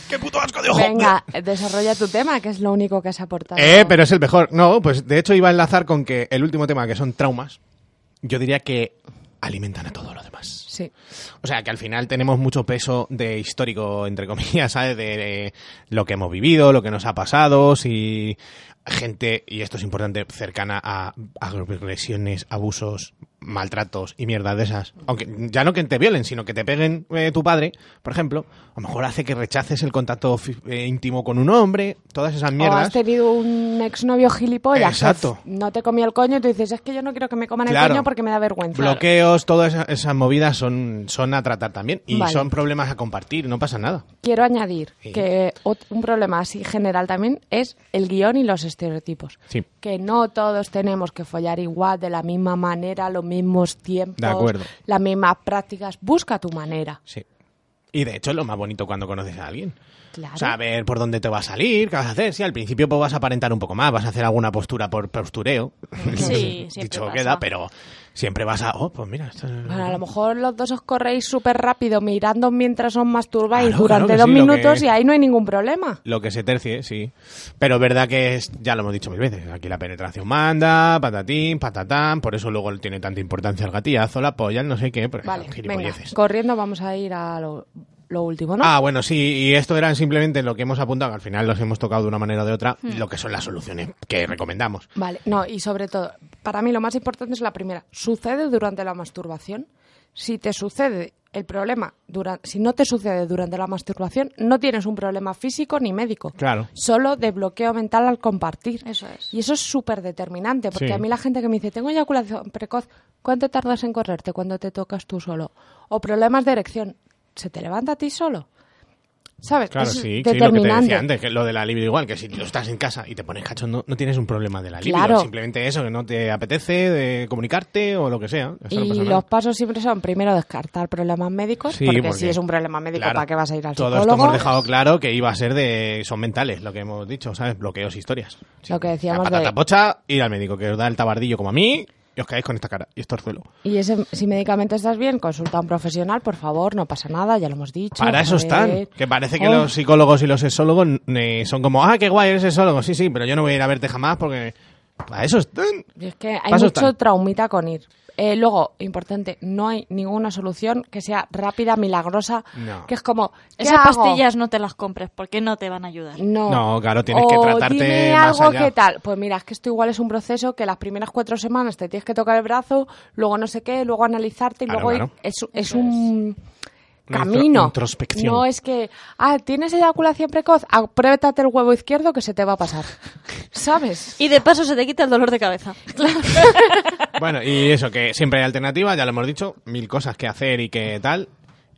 Speaker 1: ¡Qué puto asco de ojo!
Speaker 5: Venga, desarrolla tu tema, que es lo único que has aportado.
Speaker 1: Eh, pero es el mejor. No, pues de hecho iba a enlazar con que el último tema, que son traumas, yo diría que alimentan a todo lo demás.
Speaker 5: Sí.
Speaker 1: O sea, que al final tenemos mucho peso de histórico, entre comillas, ¿sabes? De, de lo que hemos vivido, lo que nos ha pasado, si gente, y esto es importante, cercana a agresiones, abusos, maltratos y mierdas de esas. Aunque ya no que te violen, sino que te peguen eh, tu padre, por ejemplo, a lo mejor hace que rechaces el contacto fi- eh, íntimo con un hombre, todas esas
Speaker 5: O
Speaker 1: mierdas.
Speaker 5: has tenido un exnovio gilipollas. que
Speaker 1: Exacto.
Speaker 5: f- No te comía el coño y tú dices, es que yo no quiero que me coman el
Speaker 1: Claro.
Speaker 5: coño porque me da vergüenza.
Speaker 1: Bloqueos, todas esas, esas movidas son, son a tratar también. Y
Speaker 5: Vale.
Speaker 1: son problemas a compartir, no pasa nada.
Speaker 5: Quiero añadir
Speaker 1: Sí.
Speaker 5: que ot- un problema así general también es el guión y los estereotipos.
Speaker 1: Sí.
Speaker 5: Que no todos tenemos que follar igual, de la misma manera, los mismos tiempos,
Speaker 1: De acuerdo.
Speaker 5: las mismas prácticas. Busca tu manera.
Speaker 1: Sí. Y de hecho es lo más bonito cuando conoces a alguien.
Speaker 5: Claro.
Speaker 1: Saber por dónde te va a salir, qué vas a hacer. Si al principio pues, vas a aparentar un poco más, vas a hacer alguna postura por postureo.
Speaker 6: Sí, siempre
Speaker 1: Dicho
Speaker 6: pasa.
Speaker 1: queda, pero siempre vas a. Oh, pues mira. esto-
Speaker 5: Bueno, a lo mejor los dos os corréis súper rápido mirando mientras os masturbáis
Speaker 1: Claro,
Speaker 5: durante
Speaker 1: claro
Speaker 5: dos
Speaker 1: que sí, lo
Speaker 5: minutos
Speaker 1: que-
Speaker 5: y ahí no hay ningún problema.
Speaker 1: Lo que se tercie, sí. Pero es verdad que es, ya lo hemos dicho mil veces. Aquí la penetración manda, patatín, patatán. Por eso luego tiene tanta importancia el gatillazo, la polla, el no sé qué. Pero
Speaker 5: Vale, venga,
Speaker 1: gilipolleces.
Speaker 5: corriendo vamos a ir a lo, lo último, ¿no?
Speaker 1: Ah, bueno, sí, y esto eran simplemente lo que hemos apuntado, que al final los hemos tocado de una manera o de otra,
Speaker 5: Hmm.
Speaker 1: lo que son las soluciones que recomendamos.
Speaker 5: Vale, no, y sobre todo, para mí lo más importante es la primera. ¿Sucede durante la masturbación? Si te sucede el problema, dura- si no te sucede durante la masturbación, no tienes un problema físico ni médico.
Speaker 1: Claro.
Speaker 5: Solo de bloqueo mental al compartir.
Speaker 6: Eso es.
Speaker 5: Y eso es súper determinante, porque
Speaker 1: Sí.
Speaker 5: a mí la gente que me dice, tengo eyaculación precoz, ¿cuánto tardas en correrte cuando te tocas tú solo? O problemas de erección, ¿se te levanta a ti solo? ¿Sabes?
Speaker 1: Claro,
Speaker 5: Es
Speaker 1: sí, sí, lo que te
Speaker 5: determinante.
Speaker 1: decía antes, que lo de la libido igual, que si tú estás en casa y te pones cachondo, no tienes un problema de la libido,
Speaker 5: Claro.
Speaker 1: simplemente eso, que no te apetece de comunicarte o lo que sea. eso no
Speaker 5: y
Speaker 1: pasa nada.
Speaker 5: los pasos siempre son primero descartar problemas médicos,
Speaker 1: Sí,
Speaker 5: porque,
Speaker 1: porque-
Speaker 5: si es un problema médico,
Speaker 1: Claro.
Speaker 5: ¿para qué vas a ir al
Speaker 1: Todo esto
Speaker 5: psicólogo?
Speaker 1: hemos dejado claro que iba a ser de... son mentales, lo que hemos dicho, ¿sabes? Bloqueos, historias.
Speaker 5: Lo que
Speaker 1: La
Speaker 5: decíamos
Speaker 1: patata
Speaker 5: de...
Speaker 1: pocha, ir al médico, que os da el tabardillo como a mí, y os caéis con esta cara, y esto es suelo.
Speaker 5: Y ese, si médicamente estás bien, consulta a un profesional, por favor, no pasa nada, ya lo hemos dicho.
Speaker 1: Para eso
Speaker 5: joder.
Speaker 1: están. Que parece que
Speaker 5: Oh.
Speaker 1: los psicólogos y los sexólogos eh, son como, ah, qué guay, eres sexólogo. Sí, sí, pero yo no voy a ir a verte jamás porque. Para eso están.
Speaker 5: Y es que hay
Speaker 1: Paso
Speaker 5: mucho
Speaker 1: tal.
Speaker 5: traumita con ir. Eh, luego, importante, no hay ninguna solución que sea rápida, milagrosa,
Speaker 1: No.
Speaker 5: que es como, ¿qué
Speaker 6: Esas
Speaker 5: hago?
Speaker 6: pastillas no te las compres porque no te van a ayudar.
Speaker 5: No.
Speaker 1: No, claro, tienes que
Speaker 5: O
Speaker 1: tratarte
Speaker 5: dime
Speaker 1: más
Speaker 5: algo
Speaker 1: allá.
Speaker 5: que tal. Pues mira, es que esto igual es un proceso que las primeras cuatro semanas te tienes que tocar el brazo, luego no sé qué, luego analizarte y
Speaker 1: Claro,
Speaker 5: luego ir-
Speaker 1: claro.
Speaker 5: es, es un
Speaker 1: Una intro-
Speaker 5: camino.
Speaker 1: introspección.
Speaker 5: No es que, ah, tienes eyaculación precoz, Ah, pruébate el huevo izquierdo que se te va a pasar. ¿Sabes?
Speaker 6: Y de paso se te quita el dolor de cabeza.
Speaker 1: Bueno, y eso, que siempre hay alternativas, ya lo hemos dicho, mil cosas que hacer y que tal.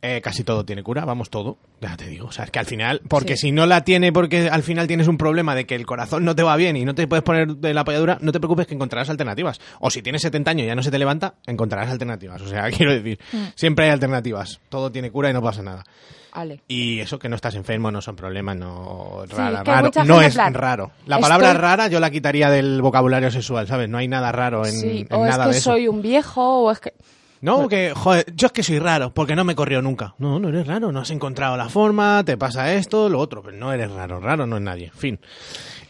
Speaker 1: Eh, casi todo tiene cura, vamos todo, ya te digo. O sea, es que al final, porque si no la tiene, porque al final tienes un problema de que el corazón no te va bien y no te puedes poner de la apoyadura, no te preocupes que encontrarás alternativas. O si tienes 70 años y ya no se te levanta, encontrarás alternativas. O sea, quiero decir,
Speaker 5: Mm.
Speaker 1: siempre hay alternativas. Todo tiene cura y no pasa nada.
Speaker 5: Vale.
Speaker 1: Y eso que no estás enfermo no son problemas, no
Speaker 5: Sí,
Speaker 1: rara,
Speaker 5: que
Speaker 1: raro.
Speaker 5: mucha
Speaker 1: No
Speaker 5: gente, en
Speaker 1: es
Speaker 5: plan,
Speaker 1: raro. La
Speaker 5: estoy-
Speaker 1: palabra rara yo la quitaría del vocabulario sexual, ¿sabes? No hay nada raro en,
Speaker 5: sí,
Speaker 1: en
Speaker 5: o es
Speaker 1: nada
Speaker 5: que
Speaker 1: de eso.
Speaker 5: soy un viejo, o es que...
Speaker 1: No, que, joder, yo es que soy raro, porque no me corrió nunca. No, no eres raro, no has encontrado la forma, te pasa esto, lo otro, pero no eres raro, raro no es nadie, fin.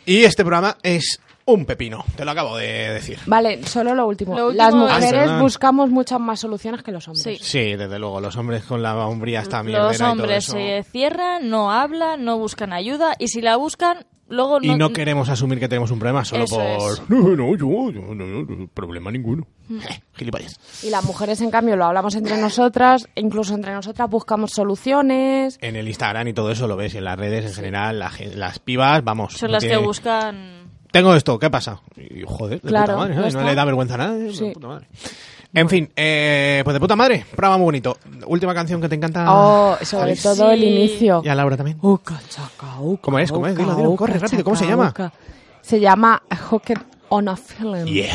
Speaker 1: Y este programa es un pepino, te lo acabo de decir.
Speaker 5: Vale, solo lo último.
Speaker 6: Lo último
Speaker 5: Las
Speaker 1: Ay,
Speaker 6: es-
Speaker 5: mujeres
Speaker 1: perdón.
Speaker 5: buscamos muchas más soluciones que los hombres.
Speaker 6: Sí.
Speaker 1: Sí, desde luego, los hombres con la hombría está mierdera
Speaker 6: Los hombres
Speaker 1: y todo
Speaker 6: se
Speaker 1: eso.
Speaker 6: cierran, no hablan, no buscan ayuda y si la buscan, luego
Speaker 1: Y
Speaker 6: no...
Speaker 1: no queremos asumir que tenemos un problema solo
Speaker 6: Eso
Speaker 1: por...
Speaker 6: es.
Speaker 1: No,
Speaker 6: Mm.
Speaker 1: no, yo, yo, no, no, problema ninguno. Eh, Gilipollas.
Speaker 5: Y las mujeres, en cambio, lo hablamos entre nosotras, e incluso entre nosotras buscamos soluciones.
Speaker 1: En el Instagram y todo eso lo ves, y en las redes en general, la gen- las pibas, vamos.
Speaker 6: Son
Speaker 1: no
Speaker 6: las que
Speaker 1: tiene-
Speaker 6: buscan...
Speaker 1: Tengo esto, ¿qué pasa? Y, joder, de
Speaker 5: Claro,
Speaker 1: puta madre,
Speaker 5: ya
Speaker 1: ¿sabes?
Speaker 5: está.
Speaker 1: no le da vergüenza a nadie. de
Speaker 5: Sí.
Speaker 1: puta madre. En fin, eh, pues de puta madre, programa muy bonito. Última canción que te encanta. Ah,
Speaker 5: Oh, Uh. sobre
Speaker 1: Alice.
Speaker 5: todo el
Speaker 6: Sí.
Speaker 5: inicio.
Speaker 1: Y a Laura también.
Speaker 5: Uca, chaca, uca,
Speaker 1: ¿Cómo es? ¿Cómo es?
Speaker 5: uca,
Speaker 1: Dilo, dilo,
Speaker 5: uca,
Speaker 1: corre rápido, ¿cómo se
Speaker 5: chaca,
Speaker 1: llama?
Speaker 5: uca. Se llama Hooked on a Film.
Speaker 1: Yeah.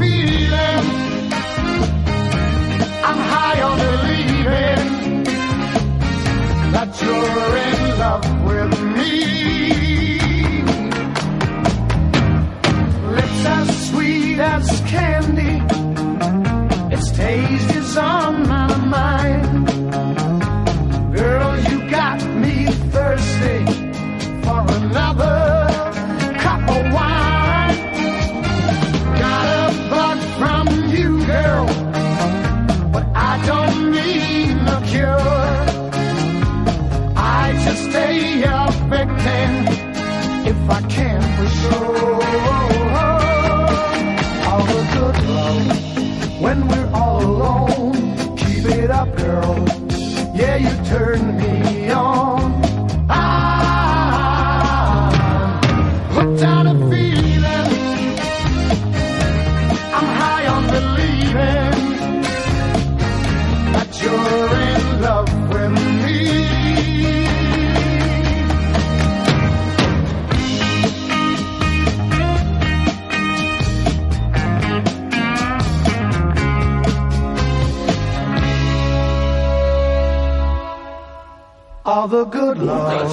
Speaker 7: feeling. I'm high on believing that you're in love with me. Lips as sweet as candy, its taste is on my mind. Girl, you got me thirsty for another cup of wine. Got a bug from you, girl. But I don't need no cure. I just stay a victim if I can for sure. All the good love when we're all alone. Keep it up, girl. Yeah, you turn me on. Ah, I'm hooked on a feeling. I'm high on believing that you're in love with me. All the good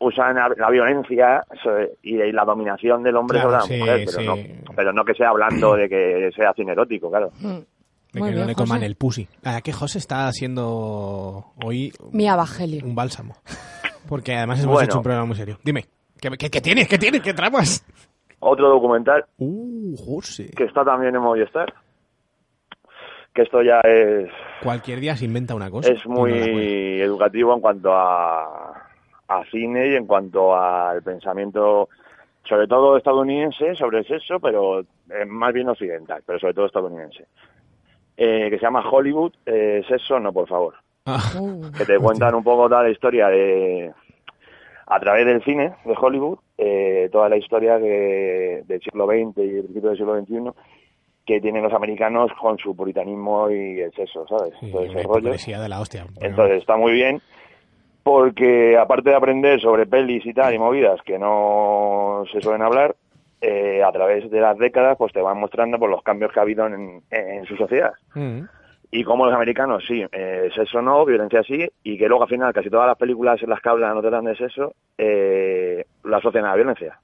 Speaker 11: usan a- la violencia sobre- y y la dominación del hombre
Speaker 1: Claro,
Speaker 11: sobre
Speaker 1: sí,
Speaker 11: la mujer, pero,
Speaker 1: sí.
Speaker 11: no, pero no que sea blando de que sea cine erótico, claro.
Speaker 1: De
Speaker 5: Muy
Speaker 1: que no
Speaker 5: bien,
Speaker 1: le coman
Speaker 5: José.
Speaker 1: el pussy. Ah, que José está haciendo hoy
Speaker 5: Mi abagelio.
Speaker 1: un bálsamo. Porque además hemos
Speaker 11: Bueno.
Speaker 1: hecho un programa muy serio. Dime, ¿qué, qué, qué tienes? ¿Qué tienes? ¿Qué tramas?
Speaker 11: Otro documental
Speaker 1: Uh, José.
Speaker 11: que está también en Movistar, que esto ya es,
Speaker 1: Cualquier día se inventa una cosa.
Speaker 11: es muy educativo en cuanto a, a cine y en cuanto al pensamiento, sobre todo estadounidense, sobre el sexo, pero eh, más bien occidental, pero sobre todo estadounidense. Eh, que se llama Hollywood, eh, sexo no, por favor.
Speaker 1: Ah,
Speaker 11: que te cuentan un poco toda la historia de a través del cine de Hollywood, eh, toda la historia de- del siglo XX y el principio del siglo XXI que tienen los americanos con su puritanismo y el sexo, ¿sabes? Todo ese
Speaker 1: La
Speaker 11: rollo.
Speaker 1: hipocresía de la hostia.
Speaker 11: Entonces está muy bien porque aparte de aprender sobre pelis y tal y movidas que no se suelen hablar, eh, a través de las décadas pues te van mostrando por los cambios que ha habido en, en su sociedad
Speaker 1: Mm.
Speaker 11: y cómo los americanos, sí, eh, sexo no, violencia sí, y que luego al final casi todas las películas en las que hablan no tratan de sexo, eh, lo asocian a la violencia.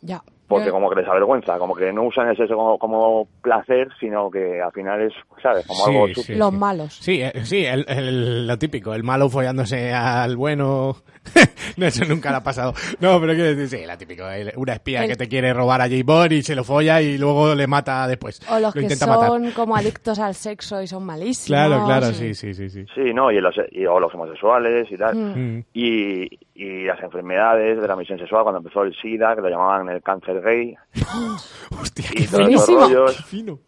Speaker 5: Ya.
Speaker 11: Porque como Pues que les avergüenza, como que no usan el sexo como, como placer, sino que al final es, ¿sabes? Como
Speaker 1: Sí,
Speaker 11: algo...
Speaker 1: sí,
Speaker 11: sucio.
Speaker 5: Los malos.
Speaker 1: Sí, eh, sí el, el- lo típico, el malo follándose al bueno. no, eso nunca le ha pasado. No, pero quiero decir, sí, la típica, el- una espía
Speaker 5: El-
Speaker 1: que te quiere robar a J-Bone y se lo folla y luego le mata después.
Speaker 5: O los
Speaker 1: lo
Speaker 5: que
Speaker 1: intenta
Speaker 5: son eh.
Speaker 1: matar.
Speaker 5: como adictos al sexo y son malísimos.
Speaker 1: Claro, claro, sí, sí, sí. sí.
Speaker 11: Sí, no, y los, y- o los homosexuales y tal.
Speaker 5: Mm.
Speaker 11: Y, y las enfermedades de la misión sexual, cuando empezó el SIDA, que lo llamaban el cáncer gay. Hostia, y todos esos
Speaker 1: buenísimo.
Speaker 11: rollos.
Speaker 1: Qué fino.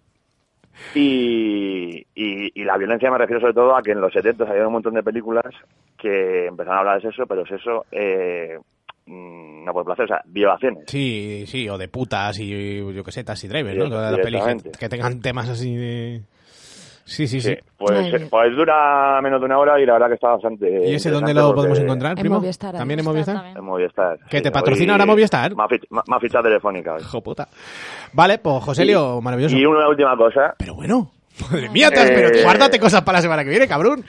Speaker 11: Y, y, y la violencia me refiero sobre todo a que en los 70 había un montón de películas que empezaron a hablar de sexo, pero sexo eh, mm, no por placer, o sea, violaciones.
Speaker 1: Sí, sí, o de putas y yo que sé, taxi driver, ¿no?
Speaker 11: Sí,
Speaker 1: Todas las pelis que,
Speaker 11: directamente.
Speaker 1: que tengan temas así de... Sí, sí, sí.
Speaker 11: Sí, pues,
Speaker 1: Madre
Speaker 11: eh, pues dura menos de una hora y la verdad que está bastante.
Speaker 1: ¿Y ese dónde
Speaker 11: interesante
Speaker 1: lo
Speaker 11: porque-
Speaker 1: podemos encontrar, primo?
Speaker 5: Movistar,
Speaker 1: ¿También en Movistar?
Speaker 11: En Movistar.
Speaker 1: ¿Que
Speaker 11: sí,
Speaker 1: te patrocina
Speaker 11: hoy
Speaker 1: ahora Movistar?
Speaker 11: Me ha fich- me ha fichado telefónica. hoy.
Speaker 1: Joputa. Vale, pues Joselio, maravilloso.
Speaker 11: Y una última cosa.
Speaker 1: Pero bueno. Madre mía, te has-
Speaker 11: Eh,
Speaker 1: pero guárdate cosas para la semana que viene, cabrón.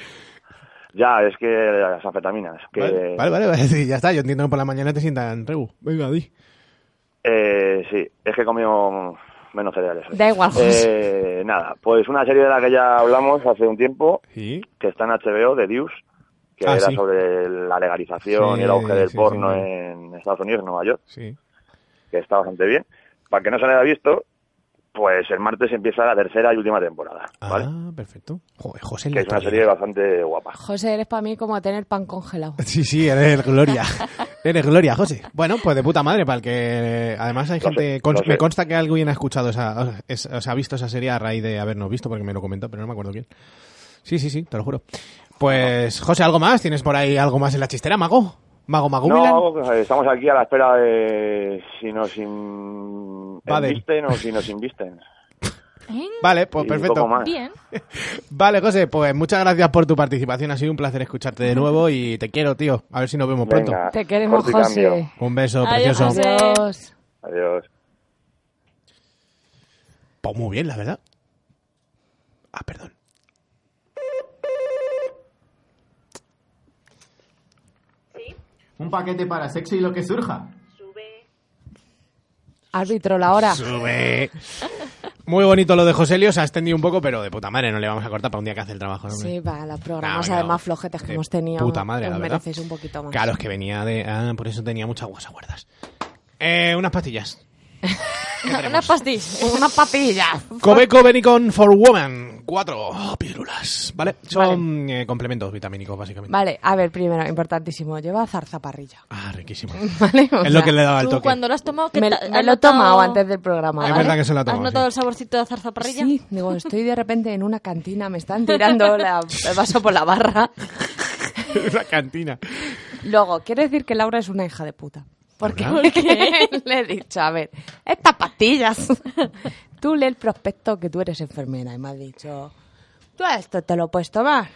Speaker 11: Ya, es que las anfetaminas. Que,
Speaker 1: Vale, vale, vale, sí, ya está. Yo entiendo que por la mañana te sientan rebu. Venga, di.
Speaker 11: Eh, sí, es que he comido menos cereales. hoy.
Speaker 5: Da igual,
Speaker 11: Eh, nada, pues una serie de la que ya hablamos hace un tiempo,
Speaker 1: Sí.
Speaker 11: que está en HBO, de Deus, que
Speaker 1: Ah,
Speaker 11: era
Speaker 1: sí.
Speaker 11: sobre la legalización
Speaker 1: Sí,
Speaker 11: y el auge del
Speaker 1: sí,
Speaker 11: porno
Speaker 1: sí.
Speaker 11: en Estados Unidos, en Nueva York,
Speaker 1: Sí.
Speaker 11: que está bastante bien. Para que no se la haya visto, pues el martes empieza la tercera y última temporada, ¿vale?
Speaker 1: Ah, pues. perfecto. Joder, José
Speaker 11: que es una serie bastante guapa.
Speaker 5: José, eres para mí como tener pan congelado.
Speaker 1: Sí, sí, eres Gloria. eres Gloria, José. Bueno, pues de puta madre, para el que... Además hay
Speaker 11: Lo
Speaker 1: gente...
Speaker 11: sé,
Speaker 1: cons-
Speaker 11: lo sé.
Speaker 1: Me consta que alguien ha escuchado esa... es- O sea, ha visto esa serie a raíz de habernos visto, porque me lo comentó, pero no me acuerdo quién. Sí, sí, sí, te lo juro. Pues, José, ¿algo más? ¿Tienes por ahí algo más en la chistera, mago? ¿Mago Magumilan?
Speaker 11: No, pues, eh, estamos aquí a la espera de si nos in-
Speaker 1: Baden.
Speaker 11: invisten o si nos invisten.
Speaker 1: Vale, pues
Speaker 11: Y
Speaker 1: perfecto.
Speaker 11: poco más.
Speaker 6: Bien.
Speaker 1: Vale, José, pues muchas gracias por tu participación. Ha sido un placer escucharte de nuevo y te quiero, tío. A ver si nos vemos Pues pronto.
Speaker 11: Venga,
Speaker 5: Te queremos,
Speaker 11: corto y Ah, pues cambio.
Speaker 5: José.
Speaker 1: Un beso
Speaker 6: Adiós,
Speaker 1: precioso.
Speaker 6: José.
Speaker 5: Adiós.
Speaker 11: Adiós.
Speaker 1: Pues muy bien, la verdad. Ah, perdón. Un paquete para sexo y lo que surja.
Speaker 5: Árbitro, la hora.
Speaker 1: Sube. Muy bonito lo de Joselio, se ha extendido un poco, pero de puta madre no le vamos a cortar para un día que hace el trabajo. ¿no, hombre?
Speaker 5: Sí, para los programas
Speaker 1: Nah, venga,
Speaker 5: además flojetes que
Speaker 1: de
Speaker 5: hemos tenido.
Speaker 1: Puta madre,
Speaker 5: os
Speaker 1: la verdad.
Speaker 5: merecéis un poquito más.
Speaker 1: Claro, es que venía de. Ah, por eso tenía muchas guasas guardas. Eh, unas pastillas.
Speaker 6: Unas pastillas.
Speaker 5: Unas papillas.
Speaker 1: Cobeco Benicon for Woman. Cuatro pirulas. ¿Vale? Son eh, complementos vitamínicos, básicamente.
Speaker 5: Vale, a ver, primero, importantísimo, lleva zarzaparrilla.
Speaker 1: Ah, riquísimo.
Speaker 5: ¿Vale? O
Speaker 1: es lo
Speaker 5: sea,
Speaker 1: que le daba el
Speaker 6: Tú
Speaker 1: toque.
Speaker 6: cuando lo has tomado, ¿qué
Speaker 5: Me,
Speaker 6: ta-
Speaker 5: me
Speaker 6: has
Speaker 5: lo he
Speaker 6: notado-
Speaker 5: tomado antes del programa.
Speaker 1: Es
Speaker 5: Ah, ¿vale?
Speaker 1: verdad que se lo ha tomado.
Speaker 6: ¿Has
Speaker 1: sí.
Speaker 6: notado el saborcito de zarzaparrilla?
Speaker 5: Sí, digo, estoy de repente en una cantina, me están tirando la- el vaso por la barra.
Speaker 1: la cantina.
Speaker 5: Luego, quiere decir que Laura es una hija de puta. Porque
Speaker 1: ¿Laura?
Speaker 5: le he dicho, a ver, estas pastillas. Tú lee el prospecto que tú eres enfermera y me has dicho, tú a esto te lo puedes tomar.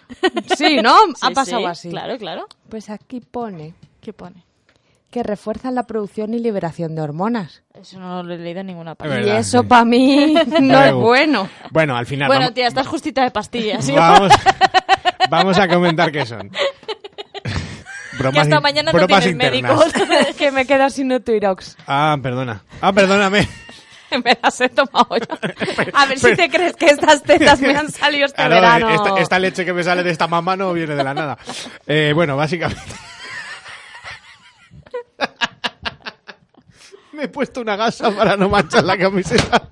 Speaker 5: Sí, ¿no? ha
Speaker 6: Pues, Sí,
Speaker 5: pasado
Speaker 6: sí,
Speaker 5: así.
Speaker 6: Claro, claro.
Speaker 5: Pues aquí pone
Speaker 6: ¿Qué pone?
Speaker 5: que refuerzan la producción y liberación de hormonas.
Speaker 6: Eso no lo he leído en ninguna
Speaker 1: Es
Speaker 6: parte.
Speaker 1: verdad,
Speaker 5: y eso
Speaker 1: Ah, sí.
Speaker 5: para mí no es
Speaker 1: Luego.
Speaker 5: bueno.
Speaker 1: Bueno, al final.
Speaker 6: Bueno,
Speaker 1: vamos-
Speaker 6: tía, estás justita de pastillas. ¿sí?
Speaker 1: Vamos, vamos a comentar qué son.
Speaker 6: Que hasta
Speaker 1: in-
Speaker 6: mañana no
Speaker 1: bromas
Speaker 6: tienes
Speaker 1: internas.
Speaker 6: médico.
Speaker 5: que me queda sin Nutuirox.
Speaker 1: Ah, perdona. Ah, perdóname.
Speaker 5: Me las he tomado yo. A ver si
Speaker 1: Pero-
Speaker 5: te crees que estas tetas me han salido este
Speaker 1: Ah, no,
Speaker 5: verano.
Speaker 1: Esta, esta leche que me sale de esta mamá no viene de la nada. Eh, bueno, básicamente. Me he puesto una gasa para no manchar la camiseta.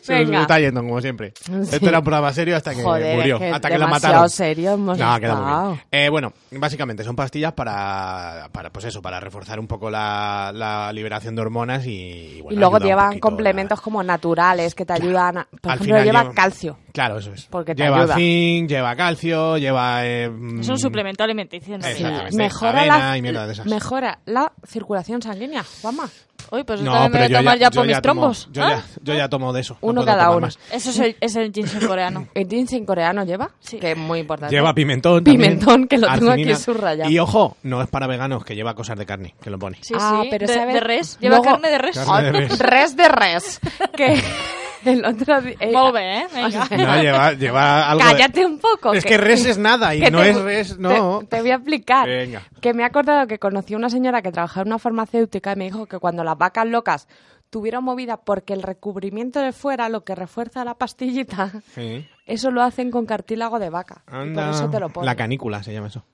Speaker 1: Se nos
Speaker 5: Venga.
Speaker 1: está yendo, como siempre. Esto era un programa serio hasta que
Speaker 5: Joder,
Speaker 1: murió,
Speaker 5: es que
Speaker 1: hasta que la
Speaker 5: demasiado
Speaker 1: mataron.
Speaker 5: serio hemos
Speaker 1: no, ha quedado muy
Speaker 5: estado.
Speaker 1: bien. Eh, bueno, básicamente son pastillas para, para, pues eso, para reforzar un poco la, la liberación de hormonas y, y bueno,
Speaker 5: y luego
Speaker 1: ayuda un
Speaker 5: llevan
Speaker 1: poquito.
Speaker 5: complementos como naturales que te ayudan. a- por
Speaker 1: Al
Speaker 5: ejemplo,
Speaker 1: final
Speaker 5: lleva
Speaker 1: lleva-
Speaker 5: calcio.
Speaker 1: Claro, eso es.
Speaker 5: Porque te
Speaker 1: lleva
Speaker 5: ayuda.
Speaker 1: zinc, lleva calcio, lleva... eh,
Speaker 6: Es un
Speaker 1: mm,
Speaker 6: suplemento alimenticio, en realidad.
Speaker 1: Exactamente.
Speaker 5: Mejora
Speaker 1: Avena
Speaker 5: la,
Speaker 1: y mierda de esas.
Speaker 5: mejora la circulación sanguínea, Juanma.
Speaker 6: Uy, pues yo
Speaker 1: No,
Speaker 6: también me
Speaker 1: pero
Speaker 6: voy a
Speaker 1: yo
Speaker 6: tomar
Speaker 1: ya-
Speaker 6: ya,
Speaker 1: yo
Speaker 6: por mis
Speaker 1: ya tomo-
Speaker 6: trombos.
Speaker 1: yo,
Speaker 6: ¿Ah?
Speaker 1: ya, yo ya tomo de eso. no
Speaker 5: Uno
Speaker 1: puedo
Speaker 5: cada
Speaker 1: tomar
Speaker 5: uno.
Speaker 1: más.
Speaker 6: Eso es el, es el ginseng coreano.
Speaker 5: ¿El ginseng coreano lleva? Que es muy importante.
Speaker 1: Lleva pimentón.
Speaker 5: Pimentón,
Speaker 1: también,
Speaker 5: que lo tengo aquí
Speaker 1: arginina.
Speaker 5: subrayado.
Speaker 1: Y ojo, no es para veganos, que lleva cosas de carne, que lo pone.
Speaker 6: Sí,
Speaker 5: Ah,
Speaker 6: sí.
Speaker 5: pero
Speaker 6: de,
Speaker 5: ¿sabes?
Speaker 6: de res. Lleva
Speaker 5: Luego-
Speaker 6: carne de res. Ah, eh,
Speaker 1: Carne de res.
Speaker 5: Res de res. Que el otro día. eh,
Speaker 6: Molt bé, eh? Vinga.
Speaker 5: o sea,
Speaker 1: No, lleva, lleva algo. de-
Speaker 5: Cállate un poco.
Speaker 1: Es que res es nada y
Speaker 5: que
Speaker 1: no
Speaker 5: te-
Speaker 1: es res, no.
Speaker 5: Te, te voy a explicar.
Speaker 1: Venga.
Speaker 5: Que me he acordado que conocí una señora que trabajaba en una farmacéutica y me dijo que cuando las vacas locas tuvieron movida porque el recubrimiento de fuera, lo que refuerza la pastillita,
Speaker 1: Sí.
Speaker 5: eso lo hacen con cartílago de vaca. Y
Speaker 1: Anda.
Speaker 5: por eso te lo ponen.
Speaker 1: La canícula se llama eso.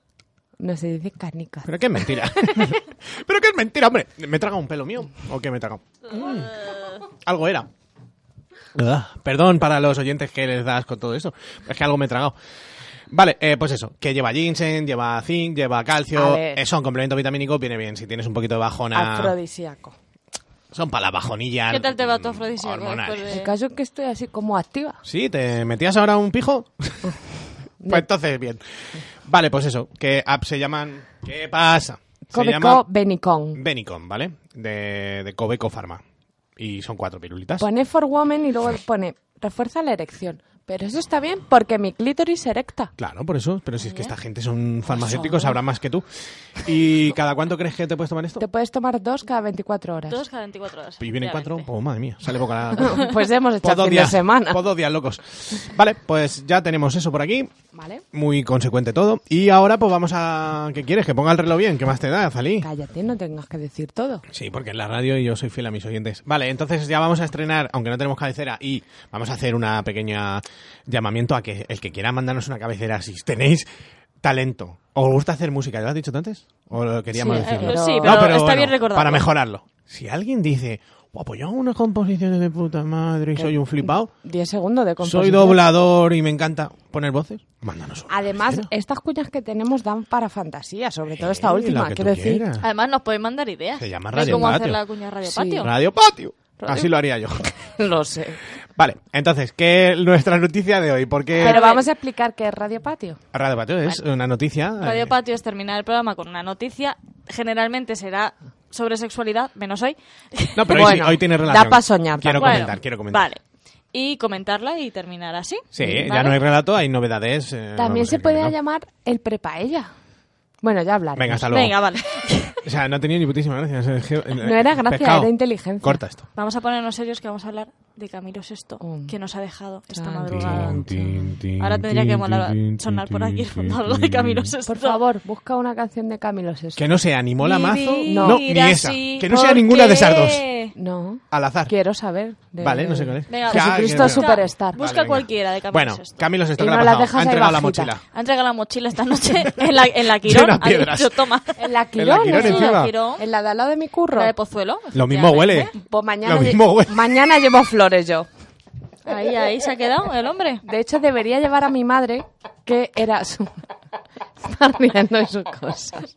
Speaker 5: No se dice canica.
Speaker 1: Pero que es mentira. Pero que es mentira, hombre. ¿Me he tragado un pelo mío? ¿O qué me he tragado? Mm. Algo era. Ah, Perdón para los oyentes que les das con todo esto. Es que algo me he tragado. Vale, eh, pues eso, que lleva ginseng, lleva zinc, lleva
Speaker 5: A
Speaker 1: calcio,
Speaker 5: ver.
Speaker 1: eh, son complemento vitamínico, viene bien si tienes un poquito de bajona.
Speaker 5: Afrodisíaco.
Speaker 1: Son para la bajonilla.
Speaker 6: ¿Qué tal te va tu afrodisíaco
Speaker 1: hormonal.
Speaker 6: después
Speaker 5: El
Speaker 6: de-
Speaker 5: caso es que estoy así como activa.
Speaker 1: Sí, ¿te metías ahora un pijo? pues entonces, bien. Vale, pues eso, que app se llaman... ¿Qué pasa? Se
Speaker 5: Cobeco
Speaker 1: llama
Speaker 5: Benicón.
Speaker 1: Benicom, ¿vale? De, de Cobeco Pharma. Y son cuatro pirulitas.
Speaker 5: Pone for woman y luego pone refuerza la erección. Pero eso está bien porque mi clítoris erecta.
Speaker 1: Claro, por eso. Pero si es que esta gente son farmacéuticos, sabrán más que tú. ¿Y cada cuánto crees que te puedes tomar esto?
Speaker 5: Te puedes tomar dos cada 24 horas.
Speaker 6: Dos cada 24 horas.
Speaker 1: Y vienen cuatro,
Speaker 6: efectivamente.
Speaker 1: oh, madre mía, sale poca la cosa.
Speaker 5: Pues hemos hecho
Speaker 1: Por dos
Speaker 5: fin de
Speaker 1: días,
Speaker 5: semana.
Speaker 1: por dos días locos. Vale, pues ya tenemos eso por aquí.
Speaker 5: ¿Vale?
Speaker 1: Muy consecuente todo. Y ahora pues vamos a... ¿Qué quieres? Que ponga el reloj bien. ¿Qué más te da, Zalí?
Speaker 5: Cállate, no tengas que decir todo.
Speaker 1: Sí, porque en la radio y yo soy fiel a mis oyentes. Vale, entonces ya vamos a estrenar, aunque no tenemos cabecera, y vamos a hacer una pequeña llamamiento a que el que quiera mandarnos una cabecera, si tenéis talento, o os gusta hacer música, ¿ya lo has dicho tú antes? ¿O lo queríamos
Speaker 6: Sí, eh,
Speaker 1: decirlo?
Speaker 5: sí,
Speaker 6: pero está bien recordarlo.
Speaker 1: Para mejorarlo. Si alguien dice, guau, pues yo hago unas composiciones de puta madre y soy un flipado,
Speaker 5: 10 segundos de
Speaker 1: soy
Speaker 5: composición.
Speaker 1: doblador y me encanta poner voces, mándanos una
Speaker 5: Además,
Speaker 1: cabecera.
Speaker 5: estas cuñas que tenemos dan para fantasía, sobre todo esta
Speaker 1: Eh,
Speaker 5: última.
Speaker 1: la que tú
Speaker 5: quiero decir,
Speaker 1: quieras.
Speaker 6: Además, nos podéis mandar ideas.
Speaker 1: Se llama
Speaker 6: de
Speaker 1: Radio
Speaker 6: cómo hacer
Speaker 1: Patio.
Speaker 6: la cuña Radio
Speaker 5: Sí.
Speaker 6: Patio.
Speaker 1: Radio Patio. Así lo haría yo.
Speaker 5: lo sé.
Speaker 1: Vale, entonces, ¿qué es nuestra noticia de hoy? Porque
Speaker 5: Pero vamos a explicar qué es Radio Patio.
Speaker 1: Radio Patio es una noticia. eh,
Speaker 6: Radio Patio es terminar el programa con una noticia. Generalmente será sobre sexualidad, menos hoy.
Speaker 1: No, pero hoy sí,
Speaker 5: Bueno,
Speaker 1: hoy, tiene relación.
Speaker 5: da pa' soñar,
Speaker 1: Quiero
Speaker 6: Bueno,
Speaker 1: comentar, quiero comentar.
Speaker 6: Vale. Y comentarla y terminar así.
Speaker 1: Sí,
Speaker 6: ¿vale?
Speaker 1: ya no hay relato, hay novedades. eh,
Speaker 5: También
Speaker 1: vamos a
Speaker 5: se
Speaker 1: decir
Speaker 5: puede
Speaker 1: que no.
Speaker 5: llamar el prepaella. Bueno, ya hablaremos.
Speaker 1: Venga, hasta luego.
Speaker 6: Venga, vale.
Speaker 1: O sea, no tenía ni putísima gracia. o sea, es que- eh,
Speaker 5: No era gracia,
Speaker 1: Pescado,
Speaker 5: era inteligencia.
Speaker 1: Corta esto.
Speaker 6: Vamos a ponernos serios que vamos a hablar de Camilo Sesto,
Speaker 5: Um.
Speaker 6: que nos ha dejado esta
Speaker 5: Tan,
Speaker 6: madrugada.
Speaker 5: tin, tin,
Speaker 6: Ahora tendría que molar- sonar por aquí el fondo algo de Camilo Sesto.
Speaker 5: Por favor, busca una canción de Camilo Sesto.
Speaker 1: Que no sea ni Mola Mazo,
Speaker 6: Vivir
Speaker 1: no, ni
Speaker 6: así,
Speaker 1: esa. Que no sea
Speaker 6: ¿por
Speaker 1: ninguna de
Speaker 6: qué?
Speaker 1: esas dos.
Speaker 5: No,
Speaker 1: Al azar.
Speaker 5: quiero saber. de-
Speaker 1: Vale, no sé cuál es.
Speaker 6: Venga,
Speaker 1: Ya,
Speaker 5: Jesucristo
Speaker 1: que-
Speaker 5: es superstar.
Speaker 6: Busca
Speaker 1: Vale, venga.
Speaker 6: cualquiera de Camilo
Speaker 1: Bueno,
Speaker 6: Sesto.
Speaker 1: Camilo Sesto,
Speaker 5: Y
Speaker 1: ¿qué
Speaker 5: no
Speaker 1: le ha
Speaker 5: la
Speaker 1: pasado?
Speaker 5: dejas
Speaker 1: Ha
Speaker 5: ahí
Speaker 1: entregado la
Speaker 5: bajita.
Speaker 1: mochila.
Speaker 6: Ha entregado la mochila esta noche en la, en la Quirón.
Speaker 1: Llena de
Speaker 6: Ha dicho,
Speaker 1: piedras.
Speaker 6: toma.
Speaker 5: En la
Speaker 1: En la
Speaker 5: Quirón,
Speaker 1: Quirón
Speaker 5: ¿eh?
Speaker 6: Sí,
Speaker 1: encima.
Speaker 6: la Quirón.
Speaker 5: En la de al lado de mi curro.
Speaker 6: La de Pozuelo.
Speaker 1: Lo mismo huele.
Speaker 6: efectivamente.
Speaker 5: Pues mañana,
Speaker 1: Lo
Speaker 5: lle-
Speaker 1: mismo, güey.
Speaker 5: mañana llevo flores yo.
Speaker 6: Ahí, ahí se ha quedado el hombre.
Speaker 5: De hecho, debería llevar a mi madre, que era su... Está riendo de sus cosas.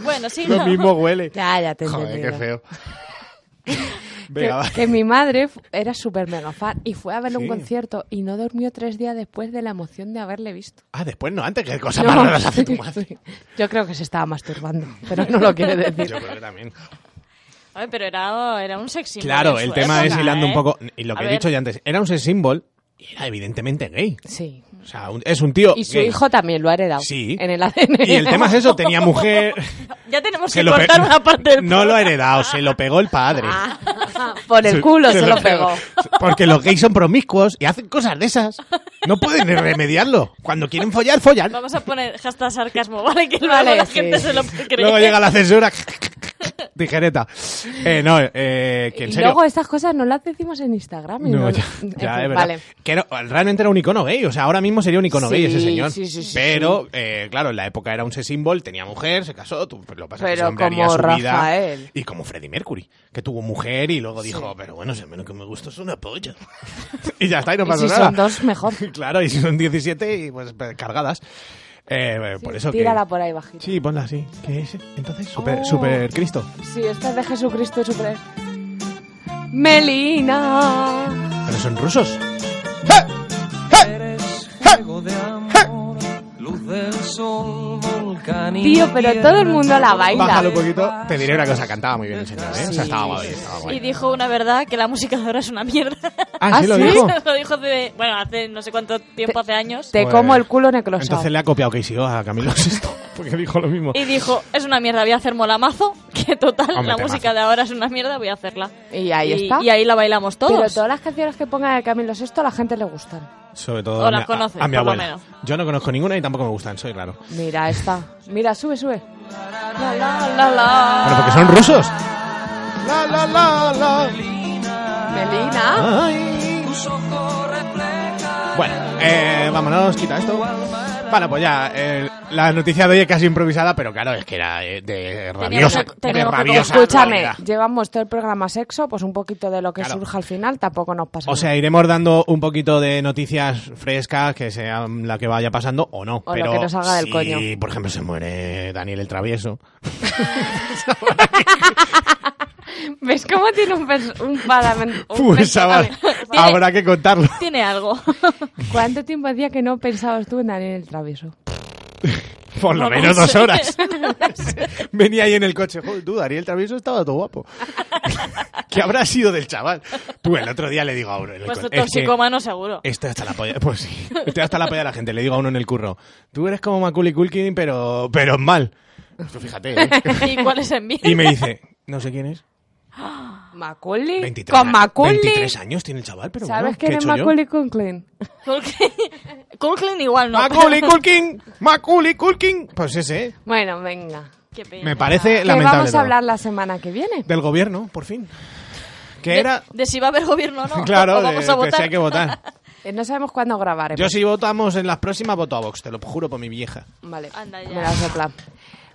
Speaker 6: Bueno, sí.
Speaker 1: Lo
Speaker 6: no.
Speaker 1: mismo huele.
Speaker 5: Ya, ya te he
Speaker 1: Joder, qué
Speaker 5: entendido.
Speaker 1: feo. Venga, va.
Speaker 5: Que, que mi madre f- era súper mega fan y fue a verle
Speaker 1: Sí.
Speaker 5: un concierto y no durmió tres días después de la emoción de haberle visto.
Speaker 1: Ah, después no, antes, que cosas
Speaker 5: No.
Speaker 1: más raras hace tu madre.
Speaker 5: Yo creo que se estaba masturbando, pero no lo quiere decir.
Speaker 1: Yo creo que también.
Speaker 6: Ay, pero era, era un sexy.
Speaker 1: Claro, el tema es hilando un poco. Y lo que
Speaker 6: ¿eh? A
Speaker 1: he
Speaker 6: ver.
Speaker 1: dicho ya antes, era un sex symbol y era evidentemente gay.
Speaker 5: Sí.
Speaker 1: O sea, un- es un tío.
Speaker 5: Y su
Speaker 1: gay.
Speaker 5: hijo también lo ha heredado.
Speaker 1: Sí.
Speaker 5: En el ADN.
Speaker 1: Y el tema es eso: tenía mujer.
Speaker 6: Ya tenemos
Speaker 1: se
Speaker 6: que
Speaker 1: lo pe-
Speaker 6: cortar una parte del
Speaker 1: no lo ha
Speaker 6: programa.
Speaker 1: heredado, se lo pegó el padre.
Speaker 5: Por el culo se, lo pegó.
Speaker 1: Porque los gays son promiscuos y hacen cosas de esas. No pueden remediarlo. Cuando quieren follar, follan.
Speaker 6: Vamos a poner hashtag sarcasmo, ¿vale? Que luego
Speaker 5: Vale,
Speaker 6: la
Speaker 5: sí.
Speaker 6: gente se lo cree.
Speaker 1: Luego llega la censura. tijereta. Eh, no, eh, que en
Speaker 5: Y
Speaker 1: serio.
Speaker 5: luego estas cosas no las decimos en Instagram. y
Speaker 1: No,
Speaker 5: no-
Speaker 1: ya,
Speaker 5: en
Speaker 1: ya,
Speaker 5: fin,
Speaker 1: es verdad.
Speaker 5: vale.
Speaker 1: Que no, realmente era un icono gay, o sea, ahora mismo sería un icono
Speaker 5: Sí,
Speaker 1: gay ese señor.
Speaker 5: sí, sí, sí,
Speaker 1: pero, eh, claro, en la época era un sex symbol, tenía mujer, se casó, tú, pero lo que pasa es que
Speaker 5: Pero
Speaker 1: ese hombre haría
Speaker 5: como
Speaker 1: su
Speaker 5: Rafael.
Speaker 1: vida. Y como Freddie Mercury, que tuvo mujer y luego
Speaker 5: Sí.
Speaker 1: dijo, pero bueno, si a mí lo que me gusta es una polla. y ya está, y no
Speaker 5: Y
Speaker 1: pasa
Speaker 5: si
Speaker 1: nada.
Speaker 5: son dos, mejor.
Speaker 1: claro, y si son 17, y pues pe- cargadas. Eh, eh, por eso que-
Speaker 5: Tírala por ahí bajito.
Speaker 1: Sí, ponla así. que es entonces? Super,
Speaker 5: Oh.
Speaker 1: super Cristo.
Speaker 5: Sí, esta es de Jesucristo y su pre- Melina.
Speaker 1: Pero son rusos.
Speaker 12: Luz del sol, volcán y
Speaker 5: Tío, pero todo el mundo la baila.
Speaker 1: Bájalo un poquito. Te diré una cosa, cantaba muy bien el señor, ¿eh? O sea, estaba guay, estaba guay.
Speaker 6: Y dijo una verdad que la música de ahora es una mierda.
Speaker 1: Ah, ¿sí lo dijo?
Speaker 6: lo dijo hace, bueno, hace no sé cuánto tiempo, hace años.
Speaker 5: Te
Speaker 1: Joder.
Speaker 5: como el culo necrosado.
Speaker 1: Pues, Entonces le ha copiado Casey O a Camilo Sesto, porque dijo lo mismo.
Speaker 6: Y dijo, es una mierda, voy a hacer molamazo, que total,
Speaker 1: Hombre,
Speaker 6: la
Speaker 1: temazo.
Speaker 6: música de ahora es una mierda, voy a hacerla.
Speaker 5: Y ahí está.
Speaker 6: Y ahí la bailamos todos.
Speaker 5: Pero todas las canciones que pongan de Camilo Sexto a la gente le gustan.
Speaker 1: Sobre todo
Speaker 6: O
Speaker 1: a
Speaker 6: las
Speaker 1: mi- a-
Speaker 6: conoces,
Speaker 1: a, mi
Speaker 6: por lo
Speaker 1: abuela.
Speaker 6: menos.
Speaker 1: Yo no conozco ninguna y tampoco me gustan, soy raro.
Speaker 5: Mira esta. Mira, sube, sube.
Speaker 6: La, la, la, la.
Speaker 1: Pero porque son rusos.
Speaker 5: La la la la.
Speaker 1: Ah,
Speaker 5: Melina.
Speaker 1: Bueno, eh, vámonos, quita esto. Bueno, pues ya, eh, la noticia de hoy es casi improvisada, pero claro, es que era eh, de rabiosa.
Speaker 5: que-
Speaker 1: de
Speaker 5: teníamos que-
Speaker 1: rabiosa
Speaker 5: Escúchame,
Speaker 1: actualidad.
Speaker 5: llevamos todo el programa sexo, pues un poquito de lo que surja al final tampoco nos pasa.
Speaker 1: O sea, iremos dando un poquito de noticias frescas que sean la que vaya pasando o no.
Speaker 5: O lo
Speaker 1: pero
Speaker 5: que nos salga del
Speaker 1: si,
Speaker 5: coño.
Speaker 1: por ejemplo, se muere Daniel el Travieso.
Speaker 5: nada. ¿Ves cómo tiene un, pers- un paramen- un
Speaker 1: Pues
Speaker 5: pensamiento?
Speaker 1: habrá, habrá que contarlo.
Speaker 6: Tiene algo.
Speaker 5: ¿Cuánto tiempo hacía que no pensabas tú en Daniel el Travieso?
Speaker 1: Por lo
Speaker 5: No lo
Speaker 1: menos dos
Speaker 5: sé.
Speaker 1: horas. Venía ahí en el coche. Joder, tú, Daniel Travieso estaba todo guapo. ¿Qué habrá sido del chaval? Pues el otro día le digo a uno. en el
Speaker 6: Pues
Speaker 1: coche, "Es que
Speaker 6: toxicomano seguro.
Speaker 1: Estoy hasta la polla. Pues sí, estoy hasta la polla de la gente. Le digo a uno en el curro. Tú eres como Macaulay Culkin, pero, pero mal. Pues tú fíjate, ¿eh?
Speaker 6: ¿Y cuál es el mío?
Speaker 1: Y me dice, no sé quién es.
Speaker 5: ¿Macaulay?
Speaker 1: 23,
Speaker 5: ¿Con Macaulay?
Speaker 1: 23 años tiene el chaval, pero
Speaker 5: ¿Sabes
Speaker 1: bueno,
Speaker 5: quién
Speaker 1: ¿qué he
Speaker 5: es
Speaker 1: hecho yo?
Speaker 5: Macaulay Culkin?
Speaker 6: Culkin igual no.
Speaker 1: Macaulay Culkin, Macaulay Culkin. Pues ese,
Speaker 5: Bueno, venga.
Speaker 1: me parece
Speaker 5: Ah, Que
Speaker 1: lamentable.
Speaker 5: vamos
Speaker 1: todo.
Speaker 5: a hablar la semana que viene.
Speaker 1: Del gobierno, por fin. Que
Speaker 6: De-
Speaker 1: era...
Speaker 6: De si va a haber gobierno o no.
Speaker 1: Claro,
Speaker 6: O vamos
Speaker 1: de-
Speaker 6: a
Speaker 1: que
Speaker 6: votar.
Speaker 1: sí hay que votar.
Speaker 5: Eh, No sabemos cuándo grabaremos.
Speaker 1: Yo si votamos en las próximas, voto a Vox, te lo juro por mi vieja.
Speaker 5: Vale,
Speaker 6: Anda ya.
Speaker 5: me la sopla.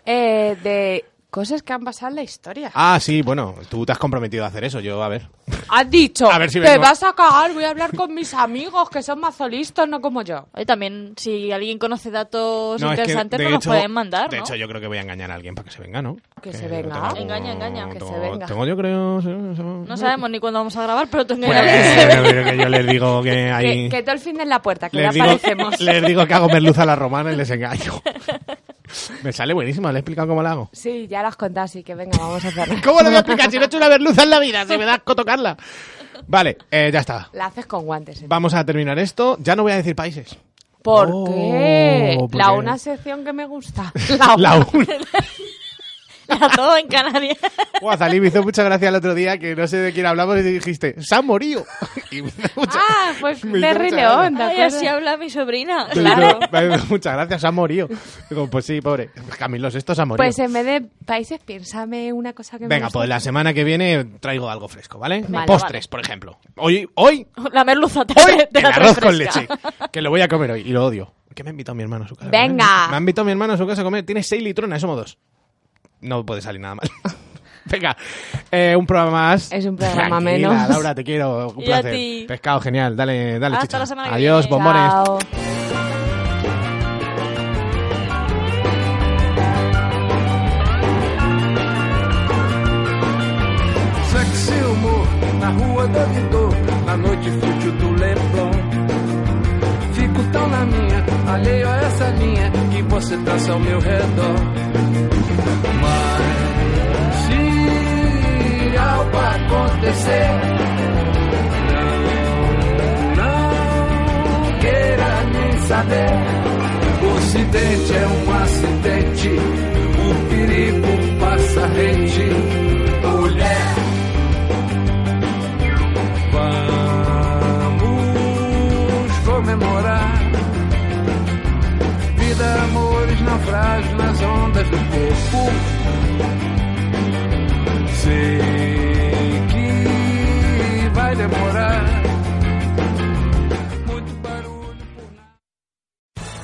Speaker 5: Eh, de cosas que han pasado en la historia.
Speaker 1: Ah, sí, bueno, tú te has comprometido a hacer eso, yo a ver.
Speaker 5: Has dicho,
Speaker 1: A ver si
Speaker 5: te
Speaker 1: vengo.
Speaker 5: vas a cagar, voy a hablar con mis amigos que son mazolistas, no como yo.
Speaker 6: Oye, también, si alguien conoce datos
Speaker 1: Pues No, es que,
Speaker 6: interesantes,
Speaker 1: de
Speaker 6: nos los
Speaker 1: hecho-
Speaker 6: pueden mandar,
Speaker 1: De
Speaker 6: ¿no?
Speaker 1: hecho, yo creo que voy a engañar a alguien para que se venga, ¿no?
Speaker 5: Que
Speaker 1: Eh,
Speaker 5: se
Speaker 1: lo
Speaker 5: venga.
Speaker 1: tengo como-
Speaker 6: Engaña, engaña, que se
Speaker 1: tengo-
Speaker 6: venga.
Speaker 1: Tengo yo creo... sí, sí,
Speaker 6: No sabemos ni cuándo vamos a grabar, pero tú
Speaker 1: Bueno, pero que yo les digo que
Speaker 5: Que,
Speaker 1: hay...
Speaker 5: que todo el fin en la puerta, que ya
Speaker 1: Les digo,
Speaker 5: aparecemos.
Speaker 1: les digo que hago merluza a la romana y les engaño. Me sale buenísimo, le he explicado cómo la hago.
Speaker 5: Sí, ya las contás, así que venga, vamos a cerrar.
Speaker 1: ¿Cómo le voy a explicar si no he hecho una merluza en la vida? Si me da asco tocarla. Vale, eh, ya está.
Speaker 5: La haces con guantes. ¿eh?
Speaker 1: Vamos a terminar esto. Ya no voy a decir países.
Speaker 5: ¿Por
Speaker 1: Oh,
Speaker 5: qué?
Speaker 1: porque-
Speaker 5: La una sección que me gusta.
Speaker 1: La una.
Speaker 6: A todo en Canarias.
Speaker 1: Guazalí me hizo mucha gracia el otro día que no sé de quién hablamos y dijiste, ¡Se ha morido! Y me hizo mucha-
Speaker 5: Ah, pues
Speaker 1: Me hizo
Speaker 5: Terry
Speaker 1: mucha
Speaker 5: León, ¿te
Speaker 6: Ay,
Speaker 5: acuerdas?
Speaker 6: así habla mi sobrina.
Speaker 1: Me hizo-
Speaker 6: Claro.
Speaker 1: me hizo muchas gracias, se ha morido. Digo, pues sí, pobre. Camilo, esto se ha morido.
Speaker 5: Pues en vez de países, piénsame una cosa que me
Speaker 1: Venga,
Speaker 5: gusta.
Speaker 1: pues la semana que viene traigo algo fresco, ¿vale?
Speaker 5: Vale,
Speaker 1: Postres, por ejemplo. Hoy, hoy,
Speaker 6: La merluza te,
Speaker 1: hoy,
Speaker 6: te
Speaker 1: el
Speaker 6: la
Speaker 1: arroz con
Speaker 6: refresca.
Speaker 1: leche. Que lo voy a comer hoy y lo odio. ¿Qué me ha invitado mi hermano a su casa?
Speaker 5: Venga.
Speaker 1: Me ha invitado mi hermano a su casa a comer. Tiene seis litronas, somos dos. No puede salir nada mal. Venga, eh, un programa más.
Speaker 5: Es un programa
Speaker 1: Tranquila,
Speaker 5: menos.
Speaker 1: Laura, te quiero. Un
Speaker 6: Y a
Speaker 1: placer.
Speaker 6: ti.
Speaker 1: Pescado, genial. Dale, dale,
Speaker 6: Hasta
Speaker 1: chicha.
Speaker 6: la semana que
Speaker 1: Adiós,
Speaker 6: viene.
Speaker 1: bombones.
Speaker 5: Chao.
Speaker 7: Sexy humor na rua do editor, na noite fútil do Leblon. Fico tão na minha, alheio a essa linha que você traça ao meu redor. Mas se algo acontecer, não, não queira nem saber. O ocidente é um acidente, o perigo passa rente. Mulher. Vamos comemorar. Vida, amores, naufrágios nas ondas do corpo.